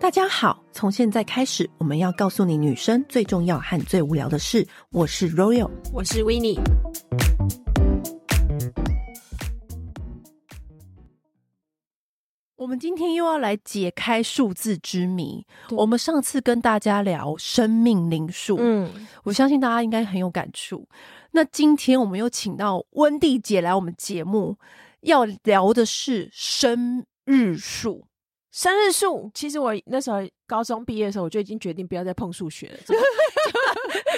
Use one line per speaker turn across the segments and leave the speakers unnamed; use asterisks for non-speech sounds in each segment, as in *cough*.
大家好，从现在开始，我们要告诉你女生最重要和最无聊的事。我是 Royal，
我是 w i n n i e
我们今天又要来解开数字之谜。
对
我们上次跟大家聊生命灵数，
嗯，
我相信大家应该很有感触。那今天我们又请到温蒂姐来我们节目，要聊的是生日数。
生日数，其实我那时候高中毕业的时候，我就已经决定不要再碰数学了。 *laughs* 怎么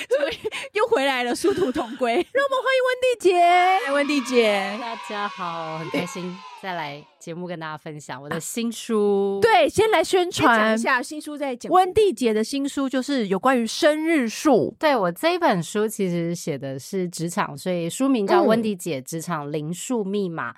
怎么又回来了？殊途同 *laughs* 归。
让我们欢迎温蒂姐。
哎，温蒂姐，
大家好，很开 *laughs* 心再来节目跟大家分享我的新书。，
对，先来宣
先讲
传
一下新书在讲，
温蒂姐的新书，就是有关于生日数。
对我这一本书其实写的是职场，所以书名叫
嗯
《温迪姐职场零数密码》。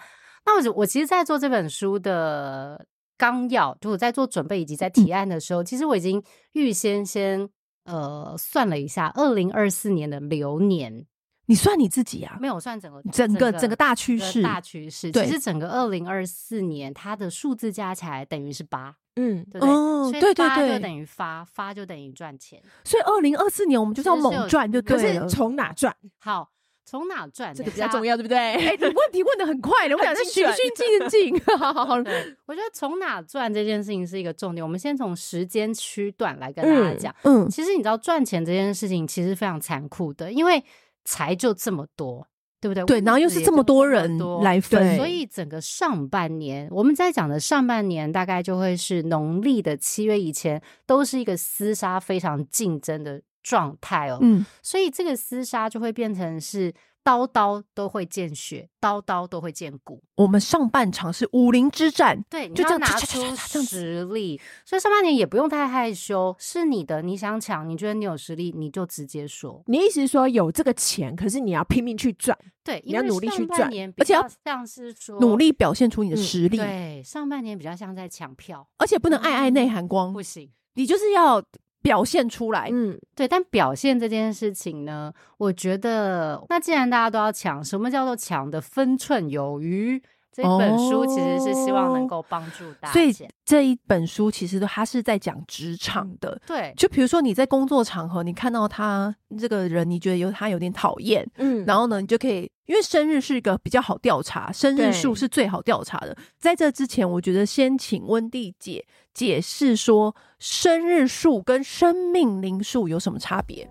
那我我其实，在做这本书的纲要，就我在做准备以及在提案的时候，其实我已经预先先呃算了一下二零二四年的流年，
你算你自己啊，
没有我算整个
整个整个大趋
整个
势，
大趋势。
对
其实整个二零二四年，它的数字加起来等于是八。
嗯，
对不对？
哦
所以
对对
发
对
就等于发，发就等于赚钱。
所以二零二四年我们就是要猛赚就
可
对
是
了。
从哪赚
好，从哪赚？
这个
等一
比较
下
重。要，对不对？
哎，你问题问的很快的，我想在
很
循
精
序渐进。好好好，
对，我觉得从哪赚这件事情是一个重点。我们先从时间区段来跟大家讲。
嗯，
其实你知道赚钱这件事情其实非常残酷的，因为财就这么多，对不对？
对，
物
然后又
质
是
也
这么多人
多
来分，
对
所以整个上半年，我们在讲的上半年大概就会是农历的七月以前，都是一个厮杀非常竞争的状态哦。
嗯，
所以这个厮杀就会变成是刀刀都会见血，刀刀都会见骨。
我们上半场是武林之战，
对，你
就这
要
样
拿
嚓嚓嚓
出
嚓嚓这样子
实力。所以上半年也不用太害羞，是你的，你想抢，你觉得你有实力，你就直接说。
你意思是说有这个钱，可是你要拼命去赚，
对，
你
因
要
为
努力
上
去
半
赚
年比
而且要
较像是说
努。力表现出你的实力，
对，上半年比较像在抢票，
而且不能爱爱内涵光
不，行。
你就是要表现出来。
嗯，
对，但表现这件事情呢，我觉得那既然大家都要抢，什么叫做抢的分寸有余？这本书其实是希望能够帮助大家。
所以这一本书其实它是在讲职场的，
对，
就比如说你在工作场合，你看到他这个人，你觉得有他有点讨厌，
嗯
然后呢，你就可以，因为生日是一个比较好调查，生日数是最好调查的。在这之前，我觉得先请温蒂姐解释说，生日数跟生命灵数有什么差别？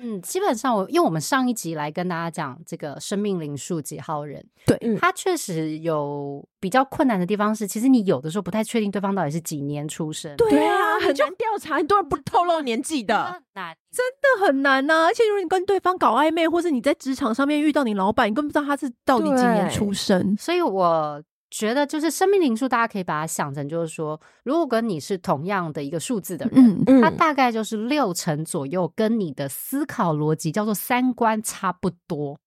嗯，基本上我因为我们上一集来跟大家讲这个生命灵数几号人，
对
嗯
它确实有比较困难的地方是，其实你有的时候不太确定对方到底是几年出生，
对啊，很难调查，很多人不透露年纪的，
很难。
真的很难呐、而且如果你跟对方搞暧昧，或是你在职场上面遇到你老板，你根本不知道他是到底几年
对
出生。
所以我觉得就是生命灵数，大家可以把它想成就是说，如果跟你是同样的一个数字的人，
嗯，
嗯
它大概就是六成左右，跟你的思考逻辑叫做三观差不多，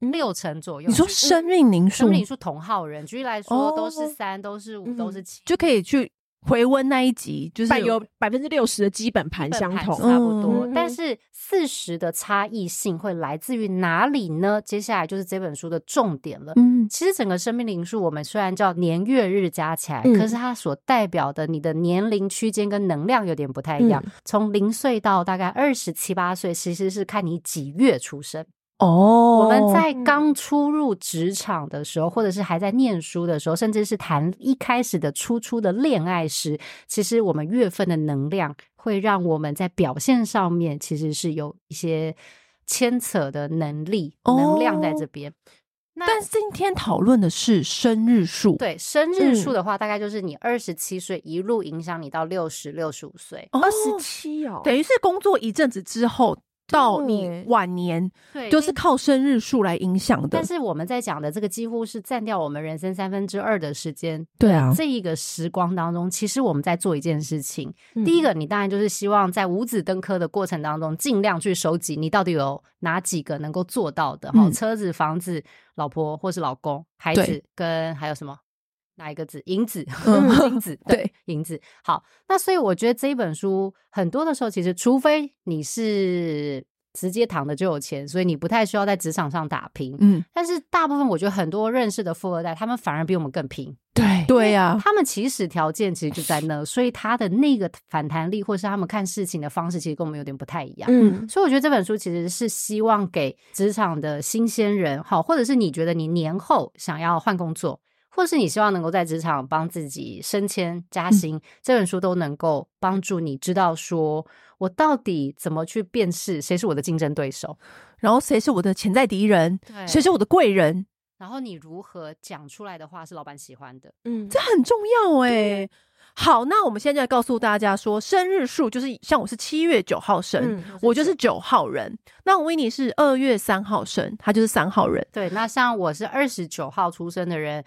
六成左右。
你说
嗯
就是嗯
生命灵
生
数
命数同号人，举例来说，都
哦
是三，都是五，都
嗯
是七，
就可以去回温那一集，就是
但有百分之六十的基本盘相
本盘
同，
差不多。
嗯
但是四十的差异性会来自于哪里呢？接下来就是这本书的重点了。
嗯，
其实整个生命灵数，我们虽然叫年月日加起来，
嗯
可是它所代表的你的年龄区间跟能量有点不太一
嗯
样。从零岁到大概二十七八岁，其实是看你几月出生。
哦，
我们在刚出入职场的时候，或者是还在念书的时候，甚至是谈一开始的初初的恋爱时，其实我们月份的能量会让我们在表现上面其实是有一些牵扯的能力、能量在这
哦
边。那
但今天讨论的是生日数，
对生日
嗯
数的话，大概就是你二十七岁一路影响你到六十六十五岁，
哦，
二十七哦，
等于是工作一阵子之后。到你晚年，
对
就是靠生日数来影响的
但，是我们在讲的这个几乎是占掉我们人生三分之二的时间，
对啊，
这一个时光当中，其实我们在做一件事情。
嗯
第一个，你当然就是希望在五子登科的过程当中，尽量去收集你到底有哪几个能够做到的，哈、
嗯
车子、房子、老婆或是老公、孩
对
子跟还有什么？哪一个字？银子， *laughs*
嗯
银子，
*laughs* 对，
银子。好，那所以我觉得这一本书很多的时候，其实除非你是直接躺着就有钱，所以你不太需要在职场上打拼。
嗯，
但是大部分我觉得很多认识的富二代，他们反而比我们更拼。
对
对啊呀、
他们起始条件其实就在 *laughs* 那，所以他的那个反弹力，或是他们看事情的方式，其实跟我们有点不太一样。
嗯，
所以我觉得这本书其实是希望给职场的新鲜人，好，或者是你觉得你年后想要换工作，或是你希望能够在职场帮自己升迁加薪，这本书都能够帮助你知道说我到底怎么去辨识谁是我的竞争对手，
然后谁是我的潜在敌人，
对
谁是我的贵人，
然后你如何讲出来的话是老板喜欢的。
嗯，
这很重要哎、好，那我们现在就来告诉大家说，生日数就是像我是七月九号生，
嗯
我就是九号人。那 w i n n 是二月三号生，他就是三号人。
对，那像我是二十九号出生的人，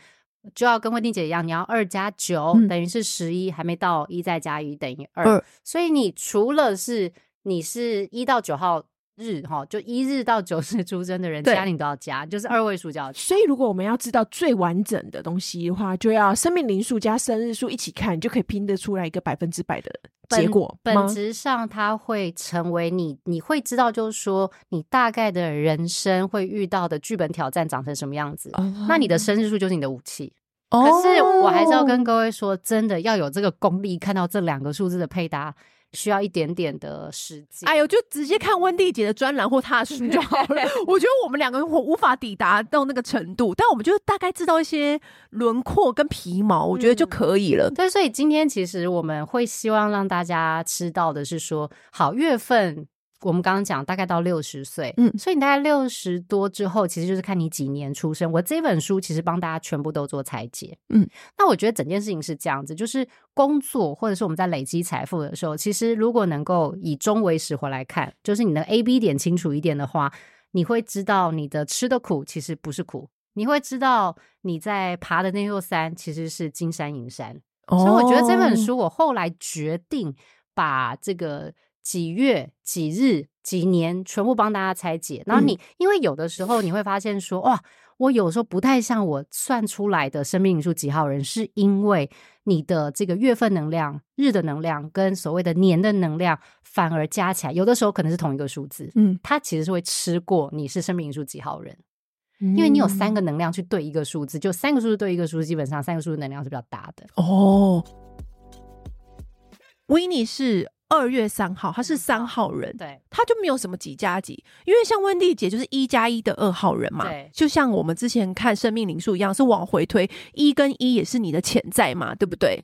就要跟慧定姐一样，你要二加九
嗯
等于是十一，还没到一再加一等于
二
二。所以你除了是你是一到九号日哈，就一日到九日出生的人，
对
其他你都要加，就是二位数就要加。
所以，如果我们要知道最完整的东西的话，就要生命灵数加生日数一起看，你就可以拼得出来一个百分之百的结果
本
吗
本质上，它会成为你，你会知道，就是说你大概的人生会遇到的剧本挑战长成什么样子。
哦
那你的生日数就是你的武器。可是我还是要跟各位说，真的要有这个功力，看到这两个数字的配搭，需要一点点的时间。
哎呦，就直接看温蒂姐的专栏或她的书就好了。我觉得我们两个人我无法抵达到那个程度，但我们就大概知道一些轮廓跟皮毛，我觉得就可以了。
对，所以今天其实我们会希望让大家知道的是说，好月份。我们刚刚讲大概到六十岁，
嗯
所以你大概六十多之后，其实就是看你几年出生。我这本书其实帮大家全部都做裁解，
嗯，
那我觉得整件事情是这样子，就是工作或者是我们在累积财富的时候，其实如果能够以终为始回来看，就是你的 A B 点清楚一点的话，你会知道你的吃的苦其实不是苦，你会知道你在爬的那座山其实是金山银山。
哦
所以我觉得这
哦
本书，我后来决定把这个几月、几日、几年全部帮大家拆解。
嗯
然后你，因为有的时候你会发现说，哇，我有时候不太像我算出来的生命灵数几号人，是因为你的这个月份能量、日的能量跟所谓的年的能量反而加起来，有的时候可能是同一个数字，
嗯，
它其实是会吃过你是生命灵数几号人。
嗯
因为你有
嗯
三个能量去对一个数字，就三个数字对一个数字，基本上三个数字能量是比较大的。
哦 w i n n 是二月三号，她是三号人，
对，
他就没有什么几加几，因为像温蒂姐就是一加一的二号人嘛
对，
就像我们之前看生命灵数一样，是往回推，一跟一也是你的潜在嘛，对不对？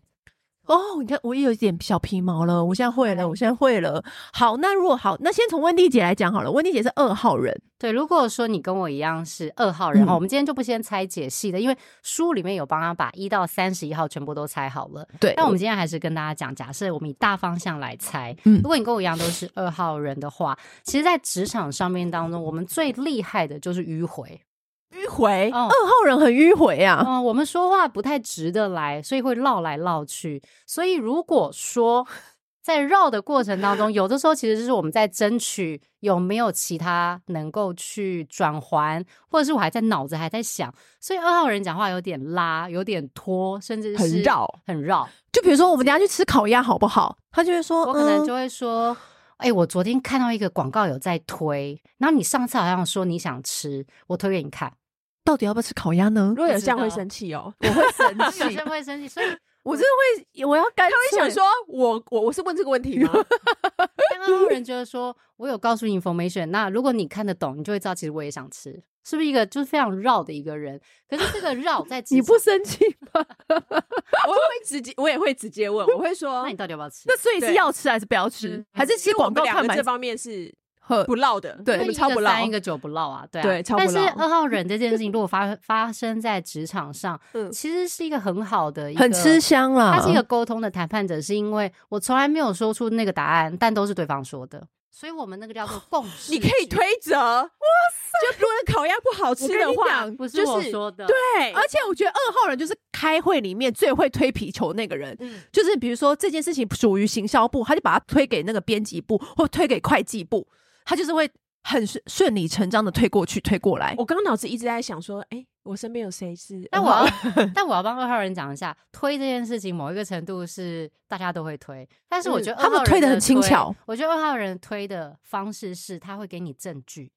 哦，你看我也有一点小皮毛了，我现在会了，我现在会了。好，那如果好，那先从温蒂姐来讲好了，温蒂姐是二号人，
对，如果说你跟我一样是二号人
嗯
哈、我们今天就不先拆解细的，因为书里面有帮他把一到三十一号全部都拆好了。
对，
但我们今天还是跟大家讲，假设我们以大方向来猜，
嗯
如果你跟我一样都是二号人的话，其实，在职场上面当中，我们最厉害的就是迂回。
迂回，
哦
二号人很迂回啊，
嗯、我们说话不太直得来，所以会绕来绕去。所以如果说在绕的过程当中，有的时候其实是我们在争取有没有其他能够去转环，或者是我还在脑子还在想，所以二号人讲话有点拉，有点拖，甚至是
很绕，
很绕。
就比如说我们等一下去吃烤鸭好不好？他就会说，
我可
嗯
能就会说。哎、我昨天看到一个广告有在推，然后你上次好像说你想吃，我推给你看， *laughs*
到底要不要吃烤鸭呢
如？果有这样
不
会
知道
生气
*laughs*
哦。
我会生
有些
气，
人会生气，所以
我真的会， *laughs* 我要干
他会
脆
想说，我我我是问这个问题
*laughs*
吗？
刚刚有人觉得说，我有告诉你 information，那如果你看得懂，你就会知道，其实我也想吃，是不是一个就是非常绕的一个人？可是这个绕在职
你不
场，
生气吗？
*laughs* 我会直接，我也会直接问，我会说
那你，到底要不要吃？
那所以是
对
要吃还是不要吃
嗯？
还是
其
吃
实我
广
们
告
两
看
个
板
这方面是
呃
呵
不唠的，
对
我
因为
们
一
超
个
不唠
三，一个九不落啊，对啊。
对，超
但
不
是
唠。
二号人这件事情，如果发发生在职场上，
嗯
其实是一个很好的一个，
很吃香啦。
他是一个沟通的谈判者，是因为我从来没有说出那个答案，但都是对方说的，所以我们那个叫做共识。
你可以，推责，哇塞！就如果烤鸭不好吃的话，
我
不
就是
我
是
说的，
对，啊
而且我觉得二号人就是开会里面最会推皮球那个人。
嗯
就是比如说这件事情属于行销部，他就把它推给那个编辑部或推给会计部，他就是会很顺顺理成章的推过去推过来。
哦我刚刚脑子一直在想说，哎、我身边有谁是？
但
嗯
我要，
*laughs*
但我要帮二号人讲一下，推这件事情，某一个程度是大家都会推，但是我觉得
嗯他们
2号人
推得很
的
轻巧。
我觉得二号人推的方式是，他会给你
*laughs*
证据。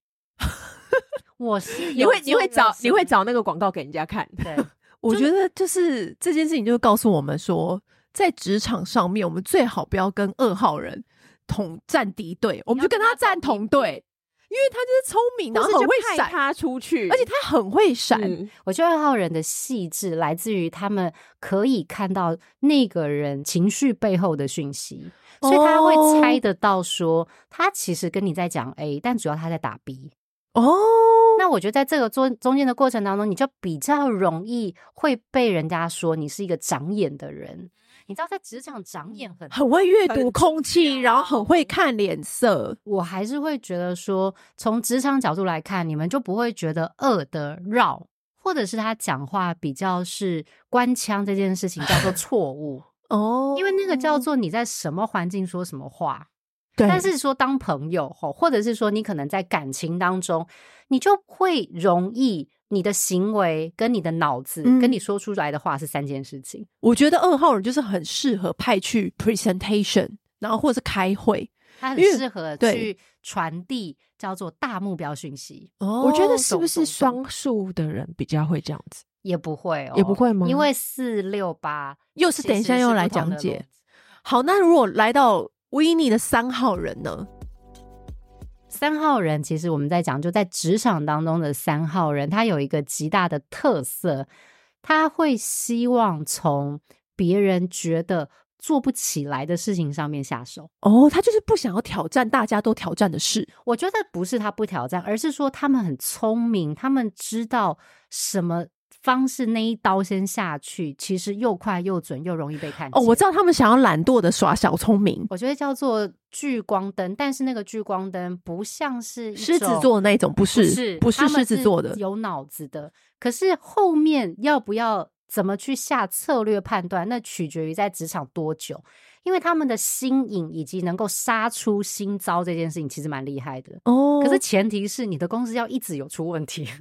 我是
你
有
会你会
做
找
这个
你会
事
找那个广告给人家看，
对，
*laughs* 我觉得就是这件事情，就是告诉我们说，在职场上面，我们最好不要跟二号人同站敌对，我们就跟他站同队，因为他就是聪明，然后
或
很
是
会
就派
闪，
他出去，
而且他很会闪。
嗯
我觉得二号人的细致来自于他们可以看到那个人情绪背后的讯息，所以他
哦
会猜得到说，他其实跟你在讲 A，但主要他在打 B。
哦，
那我觉得在这个中中间的过程当中，你就比较容易会被人家说你是一个长眼的人。你知道，在职场长眼很，
很会阅
很
读空气，然后很会看脸色。
我还是会觉得说，从职场角度来看，你们就不会觉得恶的绕，或者是他讲话比较是官腔这件事情叫做错误，
哦，
因为那个叫做你在什么环境说什么话。
对，
但是说当朋友吼，或者是说你可能在感情当中，你就会容易你的行为跟你的脑子、
嗯
跟你说出来的话是三件事情。
我觉得二号人就是很适合派去 presentation，然后或者是开会。
它很
因为
适合
对
去传递叫做大目标讯息，
哦
我觉得是
懂
不是
懂
双数的人比较会这样子？
也不会哦，
也不会吗
因为四六八
又是等一下又来讲解。好，那如果来到维尼的三号人呢？
三号人其实我们在讲，就在职场当中的三号人，他有一个极大的特色，他会希望从别人觉得做不起来的事情上面下手。
哦，他就是不想要挑战大家都挑战的事。
我觉得不是他不挑战，而是说他们很聪明，他们知道什么方式那一刀先下去，其实又快又准又容易被看
哦，
见。
我知道他们想要懒惰的耍小聪明，
我觉得叫做聚光灯，但是那个聚光灯不像是一
狮子
种
座的那一种不是，
是
不
他
是
们
狮子座的。
有脑子的。可是后面要不要怎么去下策略判断，那取决于在职场多久，因为他们的新颖以及能够杀出新招这件事情，其实蛮厉害的。
哦
可是前提是你的公司要一直有出问题， *laughs*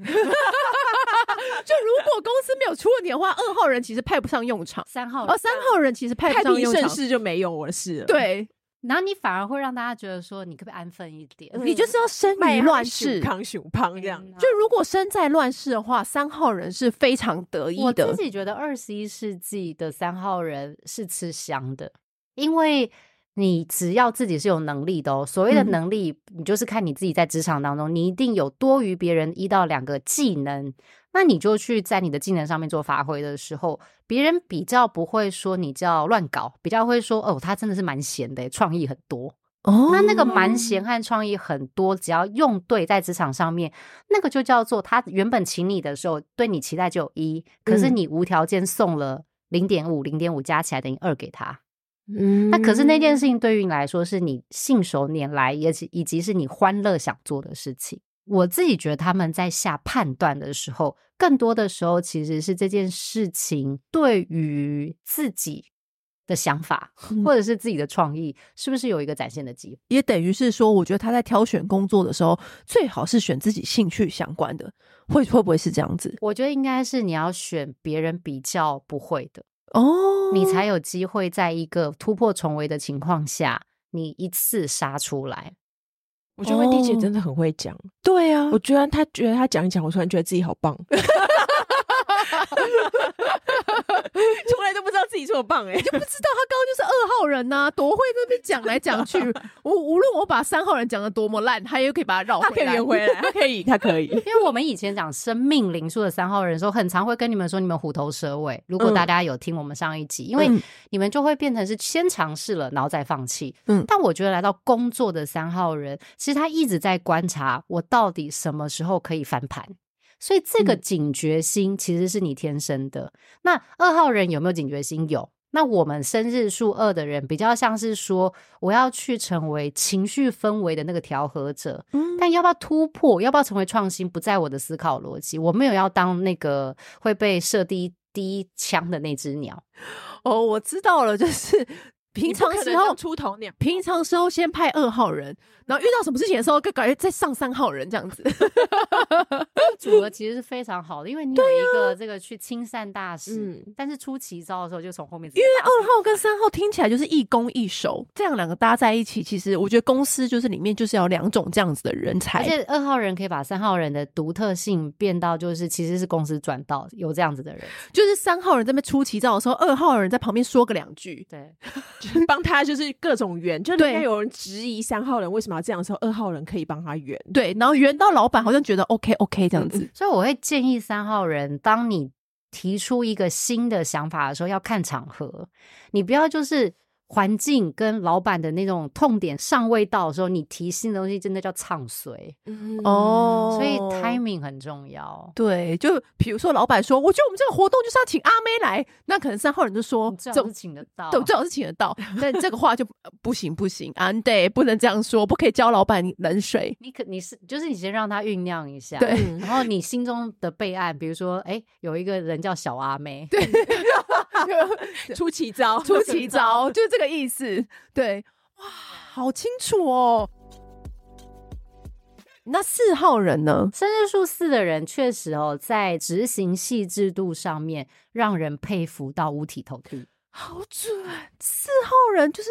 就如果公司没有出问题的话，二号人其实派不上用场，
三号
而哦三号人其实派不
太
上
平
用
盛
场。
世就没有我的事了。，
对，
然后你反而会让大家觉得说，你可不可以安分一点？
你就是要生
嗯卖
于乱世。
康熊胖这
嗯
样。
就如果身在乱世的话，三号人是非常得意
我
的
自。己觉得二十一世纪的三号人是吃香的，因为你只要自己是有能力的哦。所谓的
嗯
能力，你就是看你自己在职场当中，你一定有多于别人一到两个技能，那你就去在你的技能上面做发挥的时候，别人比较不会说你叫乱搞，比较会说哦，他真的是蛮闲的，欸创意很多。
哦
那那个蛮闲和创意很多，只要用对，在职场上面，那个就叫做他原本请你的时候对你期待就有一，可是
嗯
你无条件送了零点五，零点五加起来等于二给他。
嗯
那可是那件事情对于你来说是你信手拈来，也及以及是你欢乐想做的事情。我自己觉得他们在下判断的时候，更多的时候其实是这件事情对于自己的想法，
嗯
或者是自己的创意，是不是有一个展现的机会？
也等于是说，我觉得他在挑选工作的时候，最好是选自己兴趣相关的，会会不会是这样子？
我觉得应该是你要选别人比较不会的，
哦，
你才有机会在一个突破重围的情况下，你一次杀出来。
我觉得温蒂姐
哦
真的很会讲，
对啊
我，居然她觉得她讲一讲，我突然觉得自己好棒， *laughs* 从来都不知道自己这么棒哎、
不知道他刚刚就是二号人呐、多会在那边讲来讲去。我无论我把三号人讲的多么烂，他也可以把它绕
她可
回
以
来。
圆回
*laughs*
来，她 *laughs* 可以，她可以。
因为我们以前讲生命灵数的三号人的时候，很常会跟你们说你们虎头蛇尾。如果
嗯
大家有听我们上一集，因为
嗯
你们就会变成是先尝试了，然后再放弃。
嗯
但我觉得来到工作的三号人，其实他一直在观察我到底什么时候可以翻盘。所以这个
嗯
警觉心其实是你天生的。那二号人有没有警觉心？有。那我们生日数二的人比较像是说，我要去成为情绪氛围的那个调和者，
嗯
但要不要突破，要不要成为创新，不在我的思考逻辑。我没有要当那个会被射第一第一枪的那只鸟。
哦，我知道了，就是平常时
你不可能
候
当出头鸟，
平常时候先派二号人，然后遇到什么事情的时候，就感觉再上三号人这样子。
组
嗯
合其实是非常好的，因为你有
啊
一个这个去清善大使，
嗯，
但是出奇招的时候就从后面因为
二号跟三号听起来就是一攻一守，这样两个搭在一起，其实我觉得公司就是里面就是要两种这样子的人
而
才。
且二号人可以把三号人的独特性变到，就是其实是公司赚到有这样子的人，
就是三号人在那边出奇招的时候，二号人在旁边说个两句，
对，
就是帮他就是各种圆，就
对
应该有人质疑三号人为什么要这样的时候，二号人可以帮他圆。
对，然后圆到老板好像觉得 OK OK 这样子。
所以我会建议三号人，当你提出一个新的想法的时候，要看场合，你不要就是。环境跟老板的那种痛点尚未到的时候，你提新的东西真的叫唱衰，
嗯
哦
嗯所以 timing 很重要。
对，就比如说老板说，我觉得我们这个活动就是要请阿妹来，那可能三号人就说
你最
这
好
种。
是请得到，
对，最好是请得到，但这个话就呃不行不行，啊，对，不能这样说，不可以浇老板冷
*laughs*
水。
你可你是就是你先让他酝酿一下，
对
嗯
然后你心中的备案，比如说，哎，有一个人叫小阿妹，
对，
出奇招，
*laughs* 出
*laughs*
奇招，
*laughs*
就是这个意思。对，哇，好清楚哦。那四号人呢？
生日数四的人确实哦，在执行细致度上面让人佩服到五体投地。
好准，四号人就是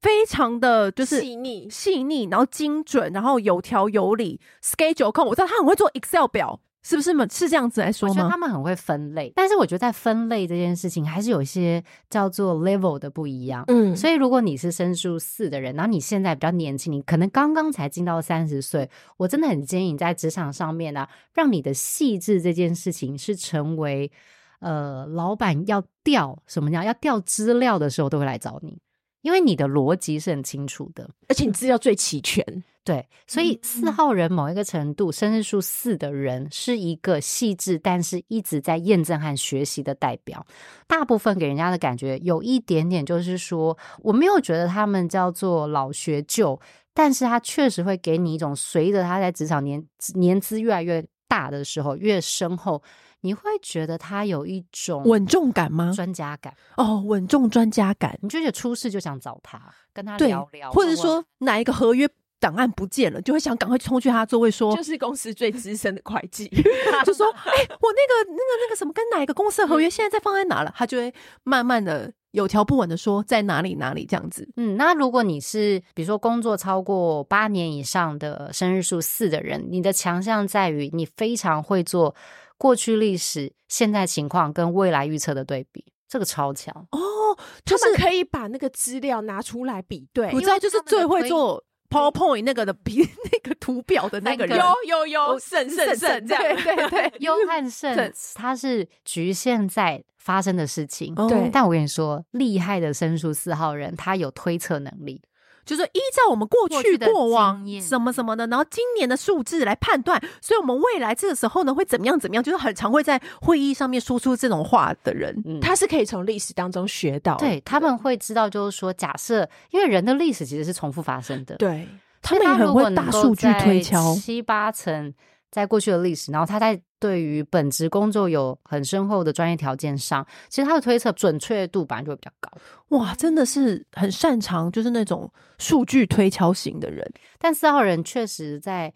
非常的就是
细腻，
细腻，然后精准，然后有条有理，schedule 控。我知道他很会做 Excel 表，是不是嘛？是这样子来
我
说
觉得
吗
他？们很会分类，但是我觉得在分类这件事情，还是有一些叫做 level 的不一样。
嗯
所以，如果你是生数四的人，然后你现在比较年轻，你可能刚刚才进到三十岁，我真的很建议你在职场上面呢、让你的细致这件事情是成为，呃，老板要调什么样，要调资料的时候都会来找你，因为你的逻辑是很清楚的。
而且你资料最齐全，
对，所以四
嗯
号人某一个程度，生日数四的人是一个细致，但是一直在验证和学习的代表。大部分给人家的感觉有一点点，就是说，我没有觉得他们叫做老学旧，但是他确实会给你一种随着他在职场年年资越来越大的时候，越深厚，你会觉得他有一种
稳重感吗？
专家感，
哦，稳重专家感，
你就觉得出事就想找他，跟他
对
聊聊，
或者
问问 *laughs*
说哪一个合约档案不见了，就会想赶快冲去他的座位说，
就是公司最资深的会计。
*laughs* 就说，哎、我那个那个那个什么，跟哪一个公司的合约现在在放在哪了？他就会慢慢的有条不紊的说在哪里哪里这样子。
嗯，那如果你是比如说工作超过八年以上的生日数四的人，你的强项在于你非常会做过去历史、现在情况跟未来预测的对比，这个超强。
哦，
他
就是
们可以把那个资料拿出来比
*laughs*
对
我，知道，就是最会做 PowerPoint 那个的比那个图表的那个人，哦
有有哦胜胜胜这样。
对对对，
忧汉胜它是局限在发生的事情，
哦
对
但我跟你说，厉害的生数四号人，他有推测能力。
就是依照我们过
过
去
去的
过往
经验
什么什么的，然后今年的数字来判断，所以我们未来这个时候呢会怎么样怎么样，就是很常会在会议上面说出这种话的人。
嗯，
*laughs* 他是可以从历史当中学到的，
对他们会知道，就是说，假设因为人的历史其实是重复发生的，
对，
他们也很会大数据推敲，
七八层在过去的历史，然后他在对于本职工作有很深厚的专业条件上，其实他的推测准确度本来就会比较高。
哇，真的是很擅长，就是那种数据推敲型的人。
但四号人确实在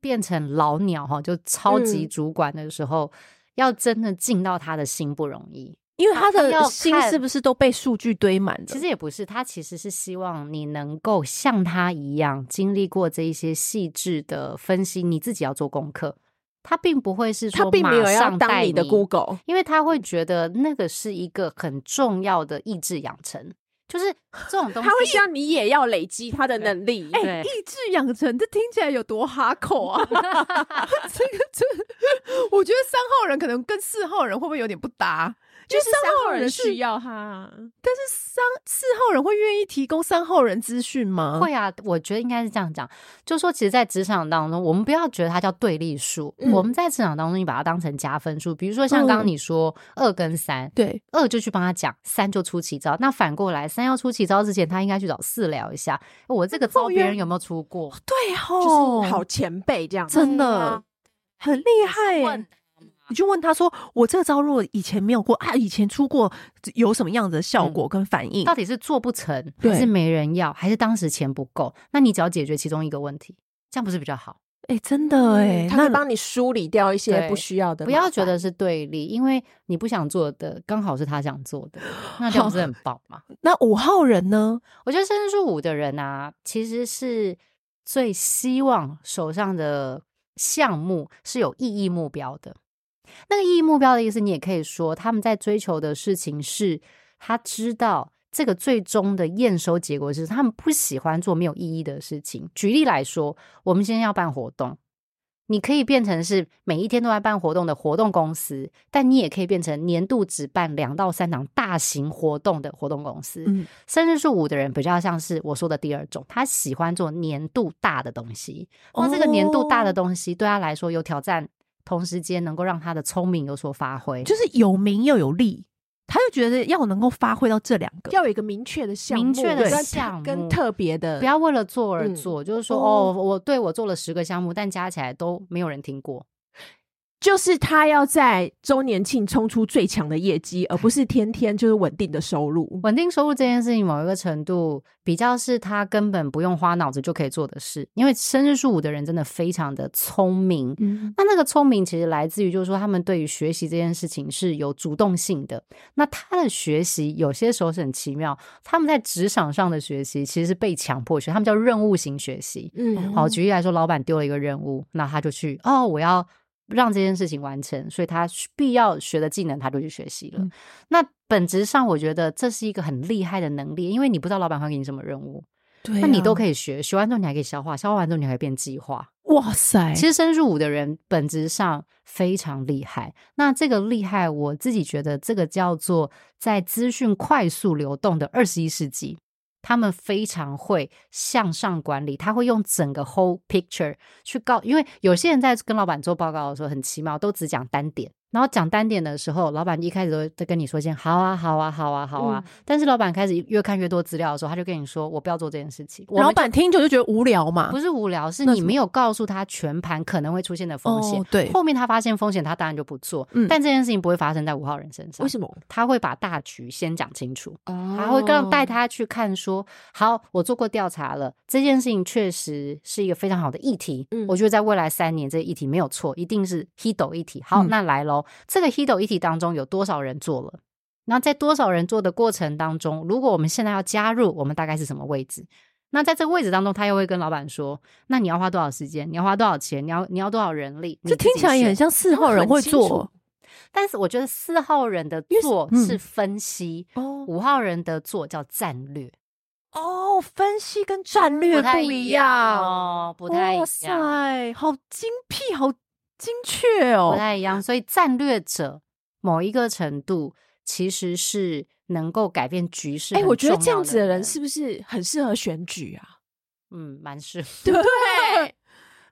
变成老鸟哈，就超级
嗯
主管的时候，要真的进到他的心不容易。
因为他
他要
的
看
心是不是都被数据堆满了？
其实也不是，他其实是希望你能够像他一样经历过这一些细致的分析，你自己要做功课。他并不会是
他
说
并没有
马
要
上
当
带
你的 Google，
因为他会觉得那个是一个很重要的意志养成，就是这种东
他
西。
会希望你也要累积他的能力。
哎、
对
意志养成，这听起来有多哈口啊！ *laughs* 这个这，我觉得三号人可能跟四号人会不会有点不搭？
就是三号
人
人
是
需要他，
但是三四号人会愿意提供三号人资讯吗？
会啊，我觉得应该是这样讲，就说其实，在职场当中，我们不要觉得它叫对立数，
嗯
我们在职场当中，你把它当成加分数。比如说像刚
嗯
刚你说二跟三，
对，
二就去帮他讲，三就出奇招。那反过来，三要出奇招之前，他应该去找四聊一下，我这个招
哦
别
原
人有没有出过？
对
就
吼，
哦是好前辈这样。嗯
真的、
对啊
很厉害耶
问
你去问他说，我这招如果以前没有过啊，以前出过有什么样子的效果跟反应？
嗯到底是做不成，还
对
是没人要，还是当时钱不够？那你只要解决其中一个问题，这样不是比较好？
哎、真
嗯
的哎、
他
那
会帮你梳理掉一些
对
不需要的麻
不
烦，
要觉得是对立，因为你不想做的刚好是他想做的，那这样不是很
*laughs*
棒吗？
那五号人呢？
我觉得生日数五的人啊，其实是最希望手上的项目是有意义目标的。那个意义目标的意思，你也可以说他们在追求的事情是，他知道这个最终的验收结果是他们不喜欢做没有意义的事情。举例来说，我们今天要办活动。你可以变成是每一天都在办活动的活动公司，但你也可以变成年度只办两到三场大型活动的活动公司。
嗯，
生日数五的人比较像是我说的第二种，他喜欢做年度大的东西。那这个年度大的
哦
东西对他来说有挑战，同时间能够让他的聪明有所发挥。
就是有名又有利，他就觉得要能够发挥到这两个。
要有一个明确的项目，
明确的
跟特
项目
跟特别的，
不要为了做而
嗯
做，就是说
哦
哦，我对我做了十个项目，但加起来都没有人听过。
就是他要在周年庆冲出最强的业绩，而不是天天就是稳定的收入。
稳定收入这件事情，某一个程度比较是他根本不用花脑子就可以做的事，因为生日数五的人真的非常的聪明，
嗯，
那那个聪明其实来自于，就是说他们对于学习这件事情是有主动性的。那他的学习有些时候是很奇妙，他们在职场上的学习其实是被强迫学，他们叫任务型学习。
嗯，
好，举例来说，老板丢了一个任务，那他就去哦，我要让这件事情完成，所以他需必要学的技能他就去学习了。
嗯
那本质上，我觉得这是一个很厉害的能力，因为你不知道老板会给你什么任务，
对、啊
那你都可
以。
以学，学完之后你还可以消化，消化完之后你还可以变计划。
哇塞，
其实深入伍的人本质上非常厉害。那这个厉害，我自己觉得这个叫做在资讯快速流动的二十一世纪，他们非常会向上管理，他会用整个 whole picture 去告。因为有些人在跟老板做报告的时候很奇妙，都只讲单点。然后讲单点的时候，老板一开始都在跟你说一些“好啊，好啊，好啊，好啊”但是老板开始越看越多资料的时候，他就跟你说：“我不要做这件事情。”我们
老板听久就觉得无聊嘛
不。是无聊，是
那
你
怎么
没有告诉他全盘可能会出现的风险。
哦对
后面他发现风险，他当然就不做。
嗯
但这件事情不会发生在五号人身上
为，什么？
他会把大局先讲清楚，
他
还会让
哦
带他去看说，好，我做过调查了，这件事情确实是一个非常好的议题。
嗯
我觉得在未来三年，这个议题没有错，一定是 Hido 议题。好，
嗯
那来喽，这个 Hido 议题当中有多少人做了？那在多少人做的过程当中，如果我们现在要加入，我们大概是什么位置？那在这个位置当中，他又会跟老板说：“那你要花多少时间？你要花多少钱？你要你要多少人力？”
这听起来也很
像。
像四号人会做
但是我觉得四号人的
因为
做
嗯
是分析，
哦
五号人的做叫战略，
哦，分析跟战略
不太
不
一
样，
哦，不太
哇
一样，
塞，哎好精辟，好精确
不
哦。
太一样。所以战略者某一个程度其实是能够改变局势。
哎、我觉得
很重
这样
要
子的
人
人是不是很适合选举啊？
嗯，蛮是，
对 *laughs*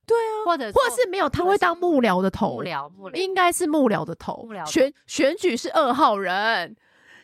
对啊，
或者
或者是没有，他会当幕僚的头，
幕僚幕僚。
应该是幕僚的头。
幕僚头
选选举是二号人，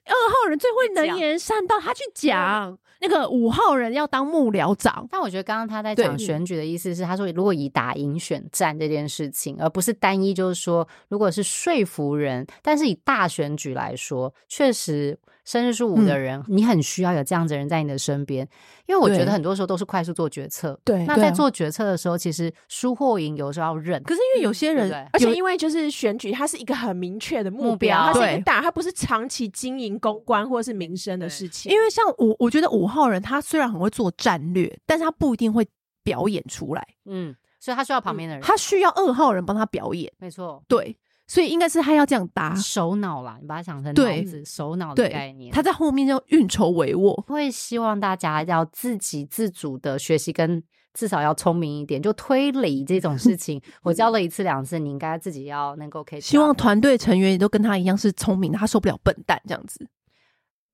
二号人最会能言善道，他去
嗯
讲。那个五号人要当幕僚长，
但我觉得刚刚他在
对嗯
讲选举的意思是，他说如果以打赢选战这件事情，而不是单一就是说，如果是说服人，但是以大选举来说，确实生日数五的
嗯
人，你很需要有这样子的人在你的身边，因为我觉
对
得很多时候都是快速做决策。
对
那
对
在
啊
做决策的时候，其实输或赢有时候要认。
可是因为有些人
嗯对不
而且
有
因为就是选举，它是一个很明确的目
目标
它是一
对
个大，它不是长期经营公关或是民生的事情。
因为像我，我觉得五号人他虽然很会做战略，但是他不一定会表演出来，
嗯，所以他需要旁边的人，
他需要二号人帮他表演。
没错，
对，所以应该是他要这样搭，
首脑啦，你把它想成
啊对
脑子首脑的概
对
念，，
他在后面要运筹帷幄。
会希望大家要自己自主的学习，跟至少要聪明一点。就推理这种事情，我教了一次两次，你应该自己要能够可以。
嗯希望团队成员也都跟他一样是聪明的，他受不了笨蛋这样子。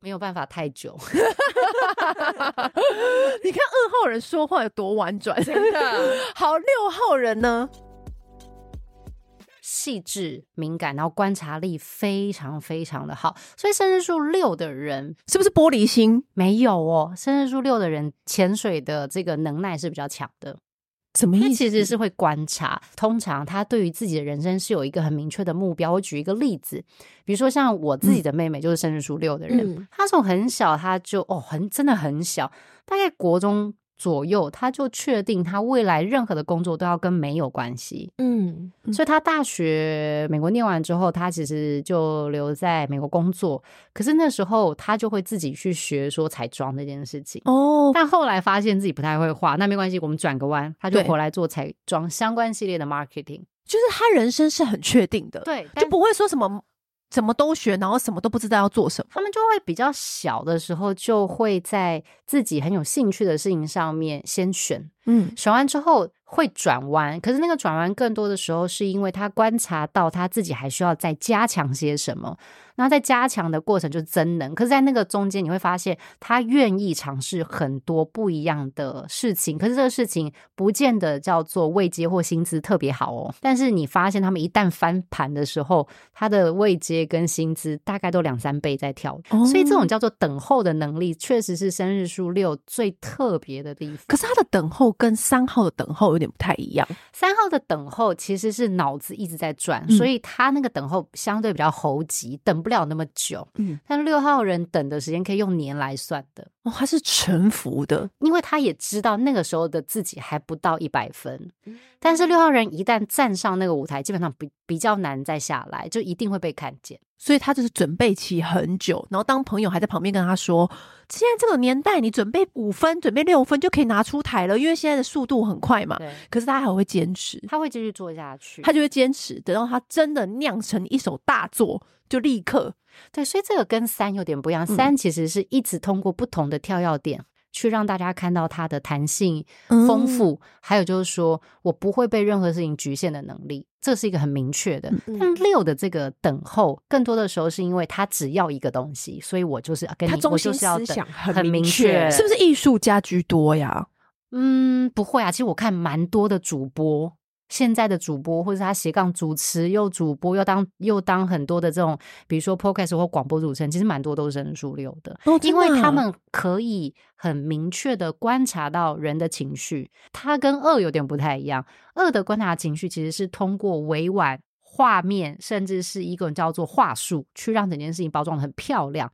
*laughs* 没有办法太久， *laughs*
你看二号人说话有多婉转，
真的
*laughs* 好，六号人呢？
细致敏感，然后观察力非常非常的好。所以生日数六的人
是不是玻璃心？
没有哦，生日数六的人潜水的这个能耐是比较强的。
什么
他
意思？
其实是会观察，通常他对于自己的人生是有一个很明确的目标。我举一个例子，比如说像我自己的妹妹就是生日数六的人，
嗯
她从很小她就哦很真的很小，大概国中左右，她就确定她未来任何的工作都要跟美有关系。
嗯
嗯
所以他大学美国念完之后，他其实就留在美国工作。可是那时候他就会自己去学说彩妆这件事情。
哦，
但后来发现自己不太会画，那没关系，我们转个弯，他就
对
回来做彩妆相关系列的 marketing。
就是他人生是很确定的，，
对，
就
但
不会说什么什么都学，然后什么都不知道要做什么。
他们就会比较小的时候，就会在自己很有兴趣的事情上面先选，
嗯，
选完之后会转弯。可是那个转弯更多的时候，是因为他观察到他自己还需要再加强些什么，然后在加强的过程就增能。可是，在那个中间，你会发现他愿意尝试很多不一样的事情。可是这个事情不见得叫做位阶或薪资特别好哦。但是你发现他们一旦翻盘的时候，他的位阶跟薪资大概都两三倍在跳。
哦
所以这种叫做等候的能力，确实是生日数六最特别的地方。
可是他的等候跟三号的等候有点不太一样。
三号的等候其实是脑子一直在转，
嗯
所以他那个等候相对比较猴急，等不了那么久。
嗯，
但六号人等的时间可以用年来算的，
哦，他是沉浮的，
因为他也知道那个时候的自己还不到一百分。
嗯
但是六号人一旦站上那个舞台，基本上比比较难再下来，就一定会被看见。
所以他就是准备期很久。然后当朋友还在旁边跟他说，现在这个年代，你准备五分、准备六分就可以拿出台了，因为现在的速度很快嘛。
对，
可是他还会坚持，
他会继续做下去。
他就会坚持，等到他真的酿成一首大作，就立刻
对，所以这个跟三有点不一样。
嗯
三其实是一直通过不同的跳跃点。去让大家看到它的弹性、
嗯
丰富，还有就是说我不会被任何事情局限的能力，这是一个很明确
嗯
的。但六的这个等候，更多的时候是因为他只要一个东西，所以我就是跟
他
你，
中
我就
心
是要
思
等。
想很
很明确
是不是艺术家居多呀？
嗯，不会啊。其实我看蛮多的主播，现在的主播或者是他斜杠主持，又主播又当又当很多的这种，比如说 podcast 或广播主持人，其实蛮多都是人数六的。
哦
因为他们可以很明确的观察到人的情绪，它跟恶有点不太一样。恶的观察情绪其实是通过委婉。画面甚至是一个叫做话术，去让整件事情包装的很漂亮。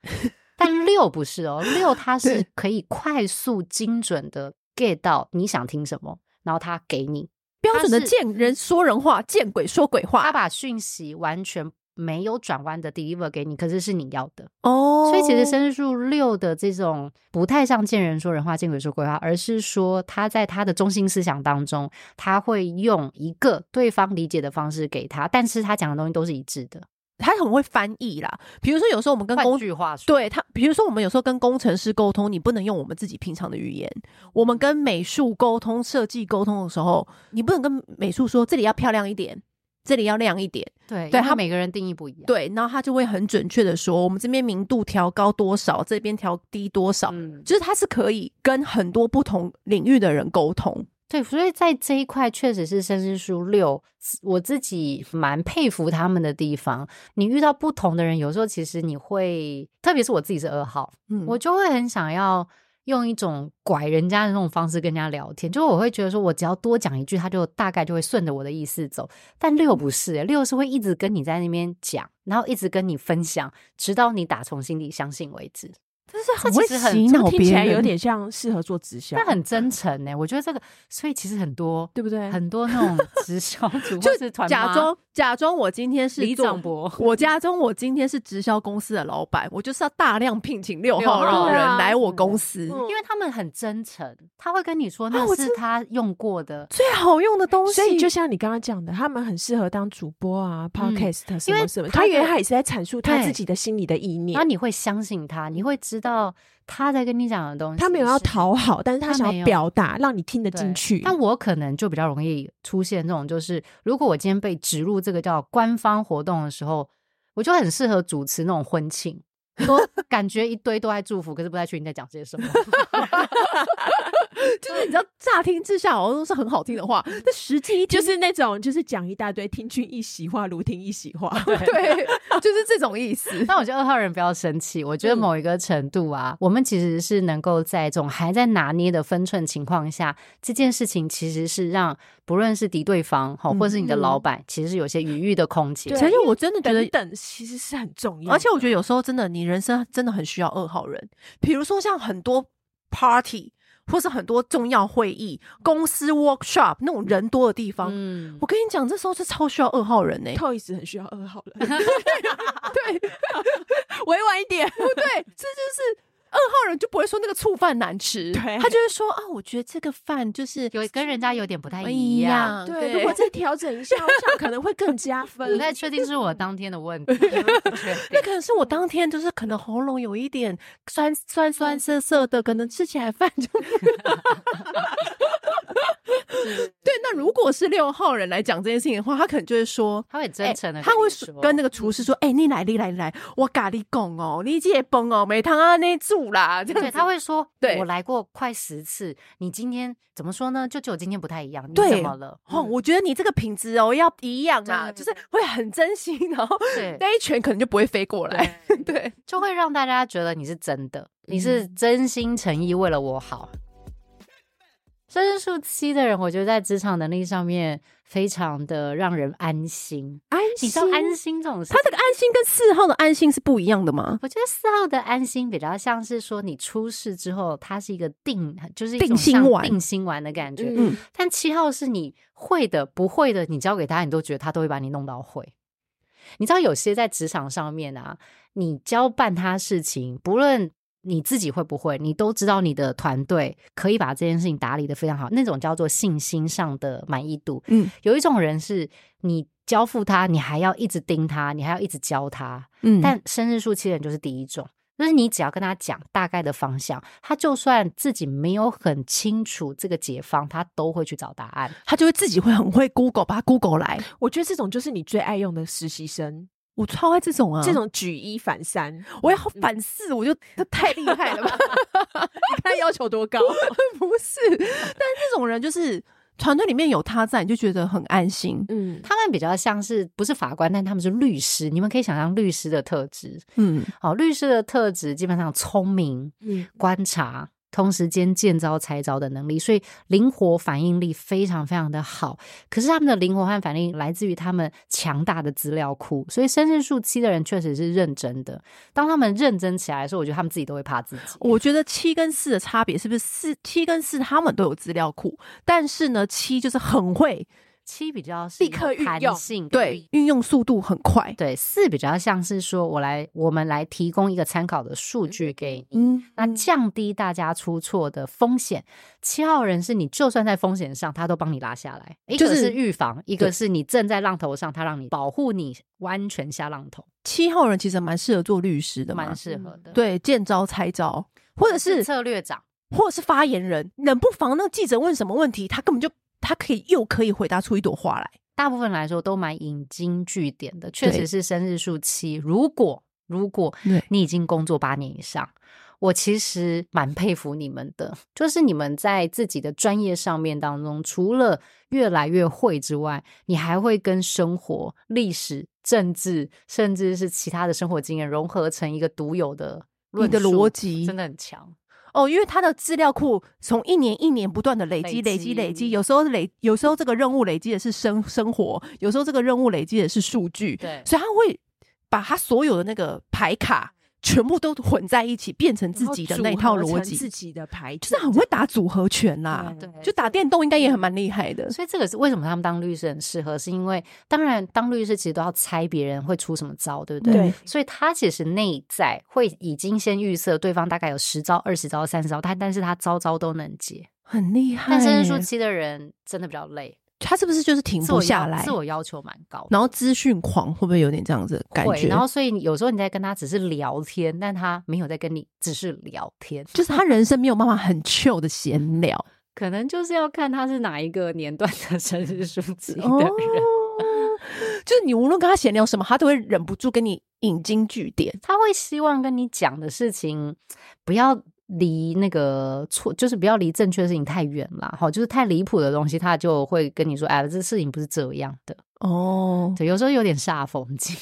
但六不是哦，六它是
对
可以快速精准的 get 到你想听什么，然后他给你，
标准的
他是
见人说人话，见鬼说鬼
他
话
把讯息完全没有转弯的 deliver 给你，可是是你要的。
哦
所以其实生日数六的这种不太像见人说人话、见鬼说鬼话，而是说他在他的中心思想当中，他会用一个对方理解的方式给他，但是他讲的东西都是一致的。
他很会翻译啦。比如说有时候我们跟
换
工
句话说，
对他，比如说我们有时候跟工程师沟通，你不能用我们自己平常的语言；我们跟美术沟通、设计沟通的时候，你不能跟美术说这里要漂亮一点，这里要亮一点。
对
对
因为
他
每个人定义不一样。
对，然后他就会很准确的说，我们这边明度调高多少，这边调低多少。
嗯，
就是他是可以跟很多不同领域的人沟通，
对，所以在这一块确实是生日数六，我自己蛮佩服他们的地方。你遇到不同的人，有时候其实你会，特别是我自己是二号，
嗯，
我就会很想要用一种拐人家的那种方式跟人家聊天，就我会觉得说我只要多讲一句，他就大概就会顺着我的意思走。但六不是、欸，六是会一直跟你在那边讲，然后一直跟你分享，直到你打从心底相信为止。
但是很
这
会
其实很
洗
这
脑
个听
别
起
人，
来有点像适合做直销，
但很真诚欸呢、我觉得这个，所以其实很多
对不对？
很多那种直销组
就
或是团妈
假装假装我今天是
李
做
长博。
我家中我今天是直销公司的老板，我就是要大量聘请六号
六号
人
人啊
来我公司，
嗯
因为他们很真诚，他会跟你说那
啊我
是
知
他用过的，
最好用的东西。
所以就像你刚刚讲的，他们很适合当主播啊、podcast 什
因
么
为
什么。
他
他
的
原来他也是在阐述他
对
自己的心里的意念
然后，你会相信他，你会知道他在跟你讲的东西是。
他没有要讨好，但是他
他
想
没
要
有
表达，让你听得
对
进去。
但我可能就比较容易出现这种，就是如果我今天被植入这个叫官方活动的时候，我就很适合主持那种婚庆，
*laughs*
都感觉一堆都在祝福，可是不太确定在讲些什么。
就是你知道，乍听之下好像都是很好听的 *laughs* 话，但实际一听
就是那种就是讲一大堆听君一席话，如听一席话。 *laughs*
对，就是这种意思。
但我觉得二号人不要生气，我
嗯
觉得某一个程度啊，我们其实是能够在这种还在拿捏的分寸情况下，这件事情其实是让不论是敌对方好，或是你的老
嗯
板，其实是有些余裕的空间。
其实我真的觉得
等等其实是很重要
*laughs*
的，
而且我觉得有时候真的，你人生真的很需要二号人，比如说像很多 party 或是很多重要会议、公司 workshop 那种人多的地方，
嗯
我跟你讲，这时候是超需要二号人呢、欸
t o y s 很需要二号人，
哎对
委婉一点。
*laughs* 对，这就是。二号人就不会说那个醋饭难吃，
对
他就会说啊，我觉得这个饭就是哎
有跟人家有点不太
不
一样。
*laughs* 对，如果再调整一下，我想可能会更加
不 *laughs*
分。
太确定是我当天的问
*laughs*
题，不确
那
定
可能是我当天就是可能喉咙有一点酸酸酸涩涩的，可能吃起来饭就 *laughs* 对。那如果是六号人来讲这件事情的话，他可能就会说。
他会真诚的，
哎他会说跟那
个
个厨师说：“哎、你来，你来，你来，我咖喱贡哦，你这崩哦，没汤啊，那煮啦，这样子。”
对，他会说，
对
我来过快十次，你今天怎么说呢？就就今天不太一样，你
对
怎么
*laughs*
了？
哦，我觉得你这个品质哦要一样啊，
对
就是会很真心，然后
对，
那一拳可能就不会飞过来。 *laughs* 对，
就会让大家觉得你是真的，你是
嗯
真心诚意为了我好。生日数七的人，我觉得在职场能力上面非常的让人安心。
安
你知道安心这种事
他，这个安心跟四号的安心是不一样的吗？
我觉得四号的安心比较像是说你出事之后，它是一个定，就是一
定
种
心
像
丸
定心丸的感觉。
嗯
嗯，
但七号是你会的、不会的，你交给他，你都觉得他都会把你弄到会。你知道有些在职场上面啊，你交办他事情，不论你自己会不会，你都知道你的团队可以把这件事情打理的非常好，那种叫做信心上的满意度。
嗯
有一种人是你交付他，你还要一直盯他，你还要一直教他，
嗯
但生日数七人就是第一种，就是你只要跟他讲大概的方向，他就算自己没有很清楚这个解方，他都会去找答案。
他就会自己会很会 Google，把它 Google 来。
我觉得这种就是你最爱用的实习生，
我超爱这种啊，
这种举一反三，
我要反四，我就这太厉害了吧？
他要求多高？
不是，但是这种人就是团队里面有他在，你就觉得很安心。
嗯，
他们比较像是不是法官，但他们是律师。你们可以想象律师的特质
嗯，
哦，律师的特质基本上聪明、
嗯
观察，同时间见招拆招的能力，所以灵活反应力非常非常的好。可是他们的灵活和反应来自于他们强大的资料库，所以生日数七的人确实是认真的。当他们认真起来的时候，我觉得他们自己都会怕自己。
我觉得七跟四的差别是不是四七跟四他们都有资料库，但是呢，七就是很会
七比较是
立刻运
弹
用
性，
对运用速度很快。
对，四比较像是说我来我们来提供一个参考的数据给你。
嗯，
那降低大家出错的风险。七号人是你就算在风险上，他都帮你拉下来。一
就
个
是
是预防，一个是你正在浪头上，他让你保护你安全下浪头，
七号人其实蛮适合做律师的嘛
蛮，适合的。，
对，见招拆招，或者是
策略长，
或者是发言人，冷不防那个记者问什么问题，他根本就他可以又可以回答出一朵花来。
大部分来说都蛮引经据典的，确
对
实是生日数七。如果如果
对
你已经工作八年以上，我其实蛮佩服你们的，就是你们在自己的专业上面当中，除了越来越会之外，你还会跟生活、历史、政治，甚至是其他的生活经验融合成一个独有的
你
论
的
述
逻辑
真的很强。
哦，因为他的资料库从一年一年不断的累积、
累
累
积
积、累积，有时候累，有时候这个任务累积的是生生活，有时候这个任务累积的是数据，
对
所以他会把他所有的那个牌卡全部都混在一起，变成自己的那一套逻辑，
自己的牌阵，
就是很会打组合拳啦。
对
啊就打电动应该也很蛮厉害的，
所以这个是为什么他们当律师很适合，是因为当然当律师其实都要猜别人会出什么招，对不对？
对
所以他其实内在会已经先预设对方大概有十招、二十招、三十招，他但是他招招都能接。
很厉害
但
耶。
生日数期的人真的比较累，
他是不是就是停
自
不
我
下
要
来
自？我要求蛮高的。
然后资讯狂会不会有点这样子的感
会，
觉？
然后所以你有时候你在跟他只是聊天，但他没有在跟你只是聊天，
就是他人生没有办法很 chill 的闲聊
可能就是要看他是哪一个年段的生日数期的人。
哦， *laughs* 就是你无论跟他闲聊什么，他都会忍不住跟你引经据典。
他会希望跟你讲的事情，不要离那个错，就是不要离正确的事情太远啦。哈，就是太离谱的东西，他就会跟你说：“哎，这事情不是这样的。
哦”，
对，有时候有点煞风景。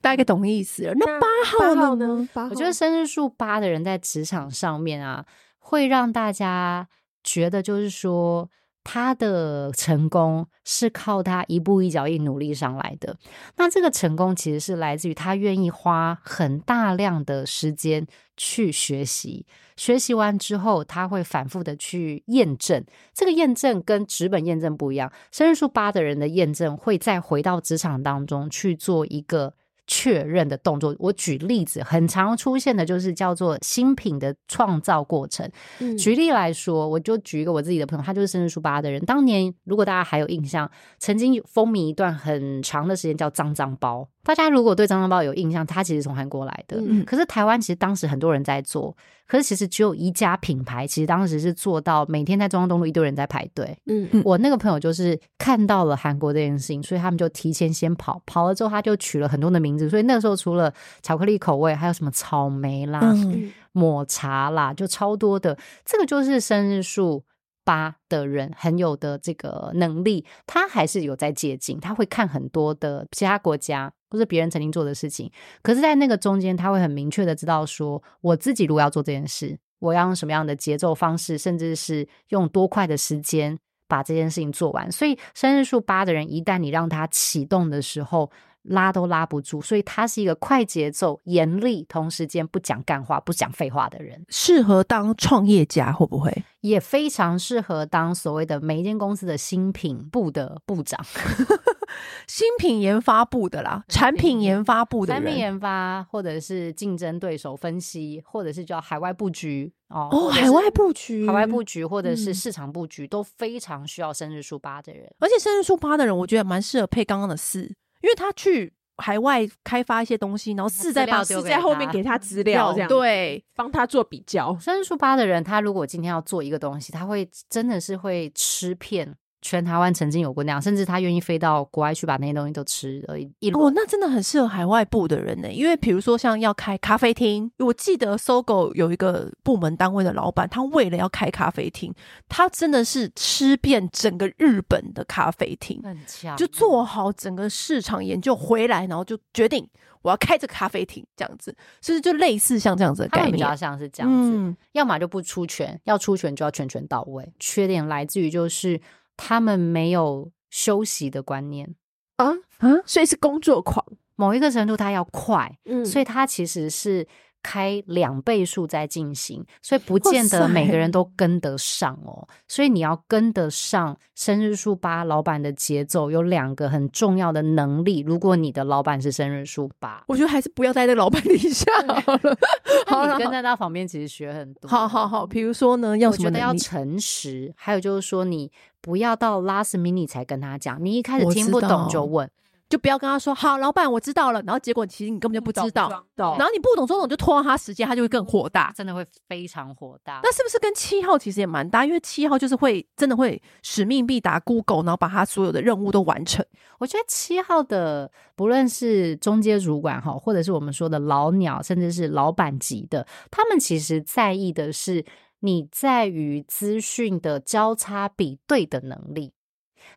大概懂意思了。那
八
号
号
呢
呢？八号
我觉得生日数八的人在职场上面啊，会让大家觉得就是说。他的成功是靠他一步一脚印努力上来的。那这个成功其实是来自于他愿意花很大量的时间去学习，学习完之后他会反复的去验证。这个验证跟纸本验证不一样，生日数八的人的验证会再回到职场当中去做一个。确认的动作，我举例子，很常出现的就是叫做新品的创造过程。
嗯
举例来说，我就举一个我自己的朋友，他就是生日书吧的人。当年如果大家还有印象，曾经风靡一段很长的时间叫脏脏包。大家如果对脏脏包有印象，它其实从韩国来的。
嗯
可是台湾其实当时很多人在做，可是其实只有一家品牌，其实当时是做到每天在中央东路一堆人在排队。
嗯
嗯
我那个朋友就是看到了韩国这件事情，所以他们就提前先跑，跑了之后他就取了很多的名字，所以那时候除了巧克力口味，还有什么草莓啦、
嗯，
嗯
抹茶啦，就超多的。这个就是生日数八的人很有的这个能力，他还是有在接近，他会看很多的其他国家或者别人曾经做的事情，可是，在那个中间，他会很明确的知道说，我自己如果要做这件事，我要用什么样的节奏方式，甚至是用多快的时间。把这件事情做完，所以生日数八的人，一旦你让他启动的时候，拉都拉不住，所以他是一个快节奏、严厉，同时间不讲干话、不讲废话的人，
适合当创业家会不会？
也非常适合当所谓的每一间公司的新品部的部长、
新品研发部的啦，产嗯品研发部的
产品
人。
研发，或者是竞争对手分析，或者是叫海外布局哦，
哦，
或者是
海外布局，
海外布局或者是
嗯
市场布局、都非常需要生日数八的人。
而且生日数八的人，我觉得蛮适合配刚刚的四，因为他去海外开发一些东西，然后四再把
资
四
料丢
是
给
在后面
他
给他资料，这样，
嗯对，
帮他做比较。
生日数八的人，他如果今天要做一个东西，他会真的是会吃遍全台湾曾经有过那样，甚至他愿意飞到国外去把那些东西都吃了一一轮。
哦，那真的很适合海外部的人呢，因为比如说像要开咖啡厅，我记得搜狗有一个部门单位的老板，他为了要开咖啡厅，他真的是吃遍整个日本的咖啡厅，
很强，欸
就做好整个市场研究回来，然后就决定我要开这个咖啡厅这样子，所以就类似像这样子的
他
概
们比较
念，
像是这样子，
嗯
要么就不出拳，要出拳就要拳拳到位。缺点来自于就是他们没有休息的观念，
啊
啊
所以是工作狂，
某一个程度他要快，
嗯
所
以
以他其实是。开两倍数在进行，所以不见
哇
得
塞
每个人都跟得上哦。所以你要跟得上生日数八老板的节奏，有两个很重要的能力。如果你的老板是生日数八，
*laughs* 我觉得还是不要待在老板底下好了， *laughs* 好
那
了
你跟在他旁边其实学很多。哦
好好好，比如说呢，要
我
什
觉
么
得要
能力？
诚实，还有就是说，你不要到 last minute 才跟他讲，你一开始
我
听
知
不懂
道
就问。
就不要跟他说好，老板我知道了，然后结果其实你根本就不知道。
到
然后你不懂装懂就拖到他时间，他就会更火大。
真的会非常火大。
那是不是跟七号其实也蛮搭？因为七号就是会真的会使命必达，Google，然后把他所有的任务都完成。
我觉得七号的，不论是中阶主管哈，或者是我们说的老鸟，甚至是老板级的，他们其实在意的是你在于资讯的交叉比对的能力。